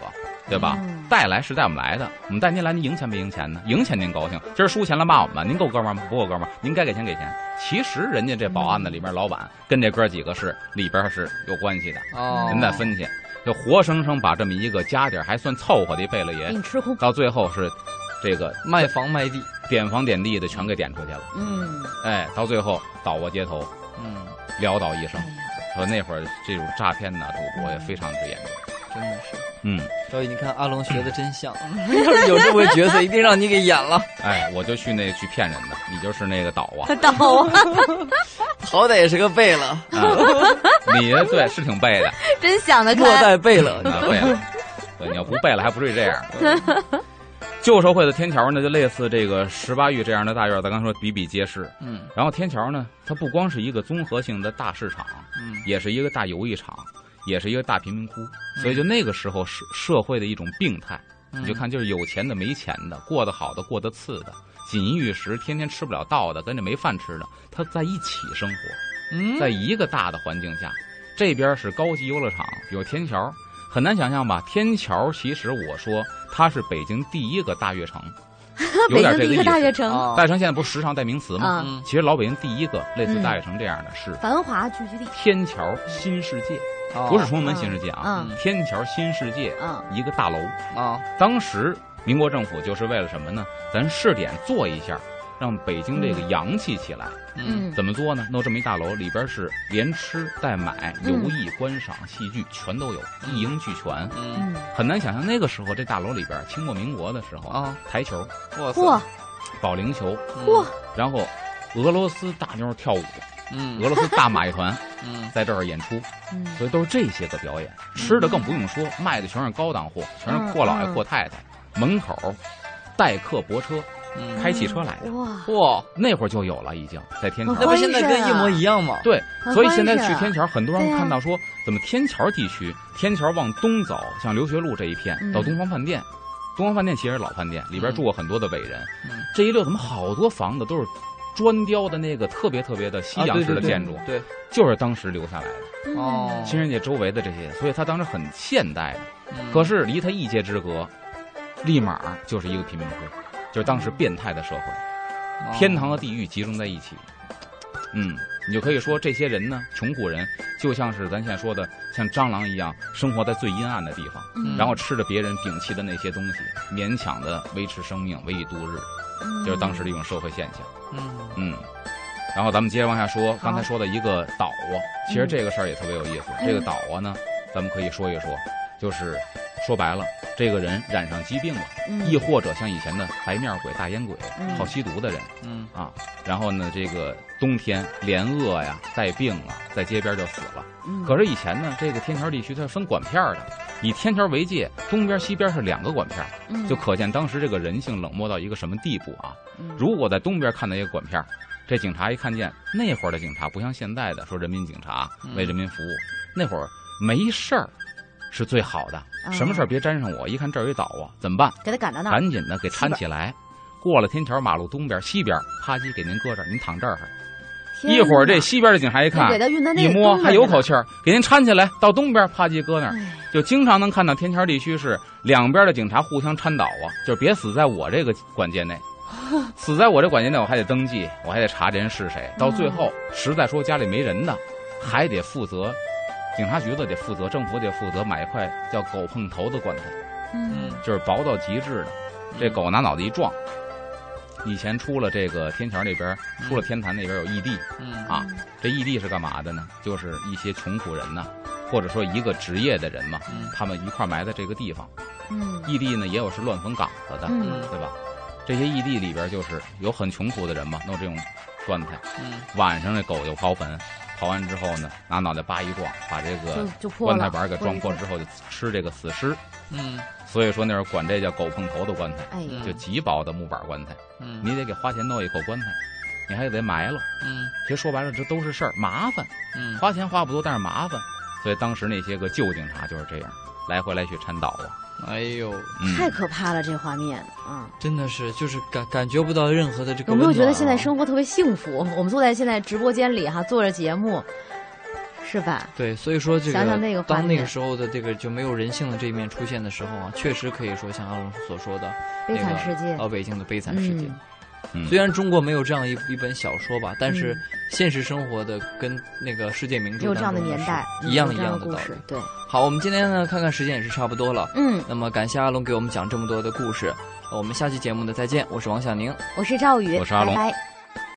Speaker 3: 对吧？
Speaker 1: 嗯
Speaker 3: 带来是带我们来的，我们带您来，您赢钱没赢钱呢？赢钱您高兴，今儿输钱了骂我们，您够哥们儿吗？不够哥们儿，您该给钱给钱。其实人家这保安的里边老板跟这哥几个是里边是有关系的，
Speaker 2: 哦，
Speaker 3: 您再分析，就活生生把这么一个家底儿还算凑合的贝勒
Speaker 1: 给
Speaker 3: 爷，
Speaker 1: 你吃空。
Speaker 3: 到最后是这个
Speaker 2: 卖房卖地，
Speaker 3: 点房点地的全给点出去了，
Speaker 1: 嗯，
Speaker 3: 哎，到最后倒卧街头，
Speaker 2: 嗯，
Speaker 3: 潦倒一
Speaker 1: 哎
Speaker 3: 生。
Speaker 1: 呀，
Speaker 3: 说那会儿这种诈骗呐、赌博也非常之严重。
Speaker 2: 真的是。
Speaker 3: 嗯，
Speaker 2: 赵宇，你看阿龙学的真像， 要是有这回角色，一定让你给演了，
Speaker 3: 哎，我就去那去骗人的，你就是那个倒啊。
Speaker 1: 到 我
Speaker 2: 好歹也是个贝勒，
Speaker 3: 啊，你这对是挺背的，
Speaker 1: 真想得
Speaker 2: 末
Speaker 1: 开。，
Speaker 2: 代贝勒。
Speaker 3: 啊背了，对，你要不背了还不至于这样。嗯旧社会的天桥呢，就类似这个十八峪这样的大院，咱刚说比比皆是。
Speaker 2: 嗯
Speaker 3: 然后天桥呢，它不光是一个综合性的大市场，
Speaker 2: 嗯
Speaker 3: 也是一个大游艺场，也是一个大贫民窟。所以就那个时候社社会的一种病态，
Speaker 2: 嗯，
Speaker 3: 你就看就是有钱的、没钱的，过得好的、过得次的，锦衣玉食，天天吃不了道的，跟这没饭吃的，他在一起生活，
Speaker 2: 嗯，
Speaker 3: 在一个大的环境下，这边是高级游乐场，有天桥，很难想象吧？天桥其实我说它是北京第一个大悦城 有
Speaker 1: 北
Speaker 3: 点
Speaker 1: 京
Speaker 3: 这
Speaker 1: 第一
Speaker 3: 意
Speaker 1: 个大悦
Speaker 3: 思。
Speaker 1: 城，
Speaker 2: 啊
Speaker 3: 大悦城现在不是时尚代名词吗？
Speaker 1: 啊
Speaker 2: 嗯
Speaker 3: 其实老北京第一个类似
Speaker 1: 嗯
Speaker 3: 大悦城这样的是
Speaker 1: 繁华聚居地，
Speaker 3: 天桥新世界，
Speaker 2: 啊
Speaker 3: 不是崇文门新世界啊，
Speaker 1: 哦嗯
Speaker 3: 天桥新世界
Speaker 1: 嗯
Speaker 3: 一个大楼。
Speaker 2: 啊，
Speaker 3: 当时民国政府就是为了什么呢？咱试点做一下，让北京这个洋气起来。
Speaker 2: 嗯
Speaker 1: 嗯，
Speaker 3: 怎么做呢？弄这么一大楼，里边是连吃带买、游
Speaker 1: 嗯
Speaker 3: 艺、观赏、戏剧全都有，一应俱全。
Speaker 2: 嗯
Speaker 1: 嗯，
Speaker 3: 很难想象那个时候这大楼里边，清末民国的时候，
Speaker 2: 啊，
Speaker 3: 台球、
Speaker 2: 哇塞
Speaker 1: 嚯
Speaker 3: 保龄球，
Speaker 2: 嗯
Speaker 1: 嚯，
Speaker 3: 然后俄罗斯大妞跳舞、
Speaker 2: 嗯
Speaker 3: 俄罗斯大马戏团
Speaker 2: 嗯
Speaker 3: 在这儿演出，
Speaker 1: 嗯
Speaker 3: 所以都是这些个表演。吃的更不用说，卖的全是高档货，全是阔老爷、
Speaker 1: 嗯嗯
Speaker 3: 阔太太。门口代客泊车，
Speaker 2: 嗯，
Speaker 3: 开汽车来的，
Speaker 1: 哇，
Speaker 2: 嚯，
Speaker 3: 那会儿就有了，已经在天桥
Speaker 1: 嗯。
Speaker 2: 那不现在跟一模一样吗？
Speaker 3: 对，
Speaker 1: 很
Speaker 3: 所以
Speaker 1: 欢
Speaker 3: 现在
Speaker 1: 是
Speaker 3: 去天桥，很多人
Speaker 1: 对啊
Speaker 3: 看到说，怎么天桥地区，天桥往东走，像留学路这一片，
Speaker 1: 嗯
Speaker 3: 到东方饭店。东方饭店其实是老饭店，里边
Speaker 2: 嗯
Speaker 3: 住过很多的伟人。
Speaker 2: 嗯
Speaker 3: 这一溜怎么好多房子都是砖雕的那个特别特别的西
Speaker 2: 啊
Speaker 3: 洋
Speaker 2: 对
Speaker 3: 式
Speaker 2: 对
Speaker 3: 的
Speaker 2: 对
Speaker 3: 建筑，
Speaker 2: 对，
Speaker 3: 就是当时留下来的。
Speaker 1: 嗯
Speaker 2: 哦
Speaker 3: 新世界周围的这些，所以它当时很现代的。
Speaker 2: 嗯
Speaker 3: 可是离它一街之隔，立马就是一个贫民窟，就是当时变态的社会。
Speaker 2: 哦
Speaker 3: 天堂和地狱集中在一起。嗯，你就可以说这些人呢，穷苦人就像是咱现在说的，像蟑螂一样，生活在最阴暗的地方，
Speaker 1: 嗯
Speaker 3: 然后吃着别人摒弃的那些东西，勉强的维持生命，维以度日，
Speaker 1: 嗯
Speaker 3: 就是当时的一种社会现象。
Speaker 2: 嗯
Speaker 3: 嗯。然后咱们接着往下说，
Speaker 1: 好
Speaker 3: 刚才说的一个岛啊，其实这个事儿也特别有意思。
Speaker 1: 嗯
Speaker 3: 这个岛啊呢，咱们可以说一说，就是说白了，这个人染上疾病了，
Speaker 1: 嗯
Speaker 3: 亦或者像以前的白面鬼、大烟鬼
Speaker 1: 嗯、
Speaker 3: 好吸毒的人，
Speaker 2: 嗯
Speaker 3: 啊，然后呢，这个冬天连饿呀、带病啊，在街边就死了。
Speaker 1: 嗯
Speaker 3: 可是以前呢，这个天桥地区它是分管片儿的，以天桥为界，东边西边是两个管片儿，
Speaker 1: 嗯
Speaker 3: 就可见当时这个人性冷漠到一个什么地步啊！
Speaker 1: 嗯
Speaker 3: 如果在东边看到一个管片儿，这警察一看见，那会儿的警察不像现在的说人民警察
Speaker 2: 嗯
Speaker 3: 为人民服务，那会儿没事儿是最好的，什么事儿别沾上我。一看这儿有一岛啊，怎么办？
Speaker 1: 给他赶到那儿，
Speaker 3: 赶紧的给
Speaker 2: 是
Speaker 3: 搀
Speaker 2: 的
Speaker 3: 起来。过了天桥马路东边西边，啪叽给您搁这儿，您躺这儿。
Speaker 1: 天
Speaker 3: 一会儿这
Speaker 1: 哪
Speaker 3: 西边的警察一
Speaker 1: 就给
Speaker 3: 看，
Speaker 1: 他运到那
Speaker 3: 一摸
Speaker 1: 东边
Speaker 3: 还有
Speaker 1: 去了
Speaker 3: 口气儿，给您搀起来，到东边啪叽搁那儿。
Speaker 1: 哎
Speaker 3: 就经常能看到天桥地区是两边的警察互相搀倒啊，就别死在我这个管界内， 死在我这管界内我还得登记，我还得查这人是谁。到最后
Speaker 1: 嗯
Speaker 3: 实在说家里没人的，还得负责。警察局的得负责，政府得负责，买一块叫“狗碰头”的棺材，
Speaker 1: 嗯
Speaker 2: 嗯，
Speaker 3: 就是薄到极致的。这狗拿脑袋一撞，以前出了这个天桥那边，
Speaker 2: 嗯
Speaker 3: 出了天坛那边有异地，
Speaker 2: 嗯
Speaker 3: 啊这异地是干嘛的呢？就是一些穷苦人呐、或者说一个职业的人嘛，
Speaker 2: 嗯
Speaker 3: 他们一块儿埋在这个地方。
Speaker 1: 嗯
Speaker 3: 异地呢也有是乱坟岗子的，
Speaker 1: 嗯
Speaker 2: 嗯
Speaker 3: 对吧？这些异地里边就是有很穷苦的人嘛，弄这种棺材，
Speaker 2: 嗯
Speaker 3: 晚上这狗就刨坟，刨完之后呢，拿脑袋叭一撞，把这个
Speaker 1: 就就破
Speaker 3: 棺
Speaker 1: 了
Speaker 3: 材板给撞破
Speaker 1: 了，
Speaker 3: 之后，就吃这个死尸。
Speaker 2: 嗯
Speaker 3: 所以说那儿管这叫狗碰头的棺材。
Speaker 1: 哎呀
Speaker 3: 就极薄的木板棺材，
Speaker 2: 嗯
Speaker 3: 你得给花钱弄一口棺材，你还得埋了。
Speaker 2: 嗯
Speaker 3: 其实说白了，这都是事儿，麻烦，
Speaker 2: 嗯
Speaker 3: 花钱花不多，但是麻烦。所以当时那些个旧警察就是这样，来回来去掺倒啊。
Speaker 2: 哎呦，
Speaker 1: 太
Speaker 3: 嗯，
Speaker 1: 可怕了，这画面啊！
Speaker 2: 真的是就是感感觉不到任何的这个
Speaker 1: 有没有
Speaker 2: 温
Speaker 1: 觉得
Speaker 2: 暖
Speaker 1: 现在
Speaker 2: 啊
Speaker 1: 生活特别幸福？我们坐在现在直播间里哈，做着节目，是吧？
Speaker 2: 对，所以说这个
Speaker 1: 想想那个画
Speaker 2: 当那个
Speaker 1: 面
Speaker 2: 时候的这个就没有人性的这一面出现的时候啊，确实可以说像阿龙所说的
Speaker 1: 悲
Speaker 2: 那
Speaker 1: 惨
Speaker 2: 个
Speaker 1: 世界，
Speaker 2: 老北京的悲惨世界。
Speaker 1: 嗯
Speaker 3: 嗯
Speaker 2: 虽然中国没有这样一一本小说吧，但是
Speaker 1: 嗯
Speaker 2: 现实生活的跟那个世界名著
Speaker 1: 有这样的
Speaker 2: 当中
Speaker 1: 年
Speaker 2: 是
Speaker 1: 代，嗯
Speaker 2: 一样
Speaker 1: 有
Speaker 2: 一
Speaker 1: 这样
Speaker 2: 样
Speaker 1: 的
Speaker 2: 道
Speaker 1: 故
Speaker 2: 理
Speaker 1: 事。，对，
Speaker 2: 好，我们今天呢看看时间也是差不多了，
Speaker 1: 嗯，
Speaker 2: 那么感谢阿龙给我们讲这么多的故事，我们下期节目呢再见，我是王小宁。
Speaker 1: 我是赵宇，
Speaker 3: 我是阿龙
Speaker 1: 拜拜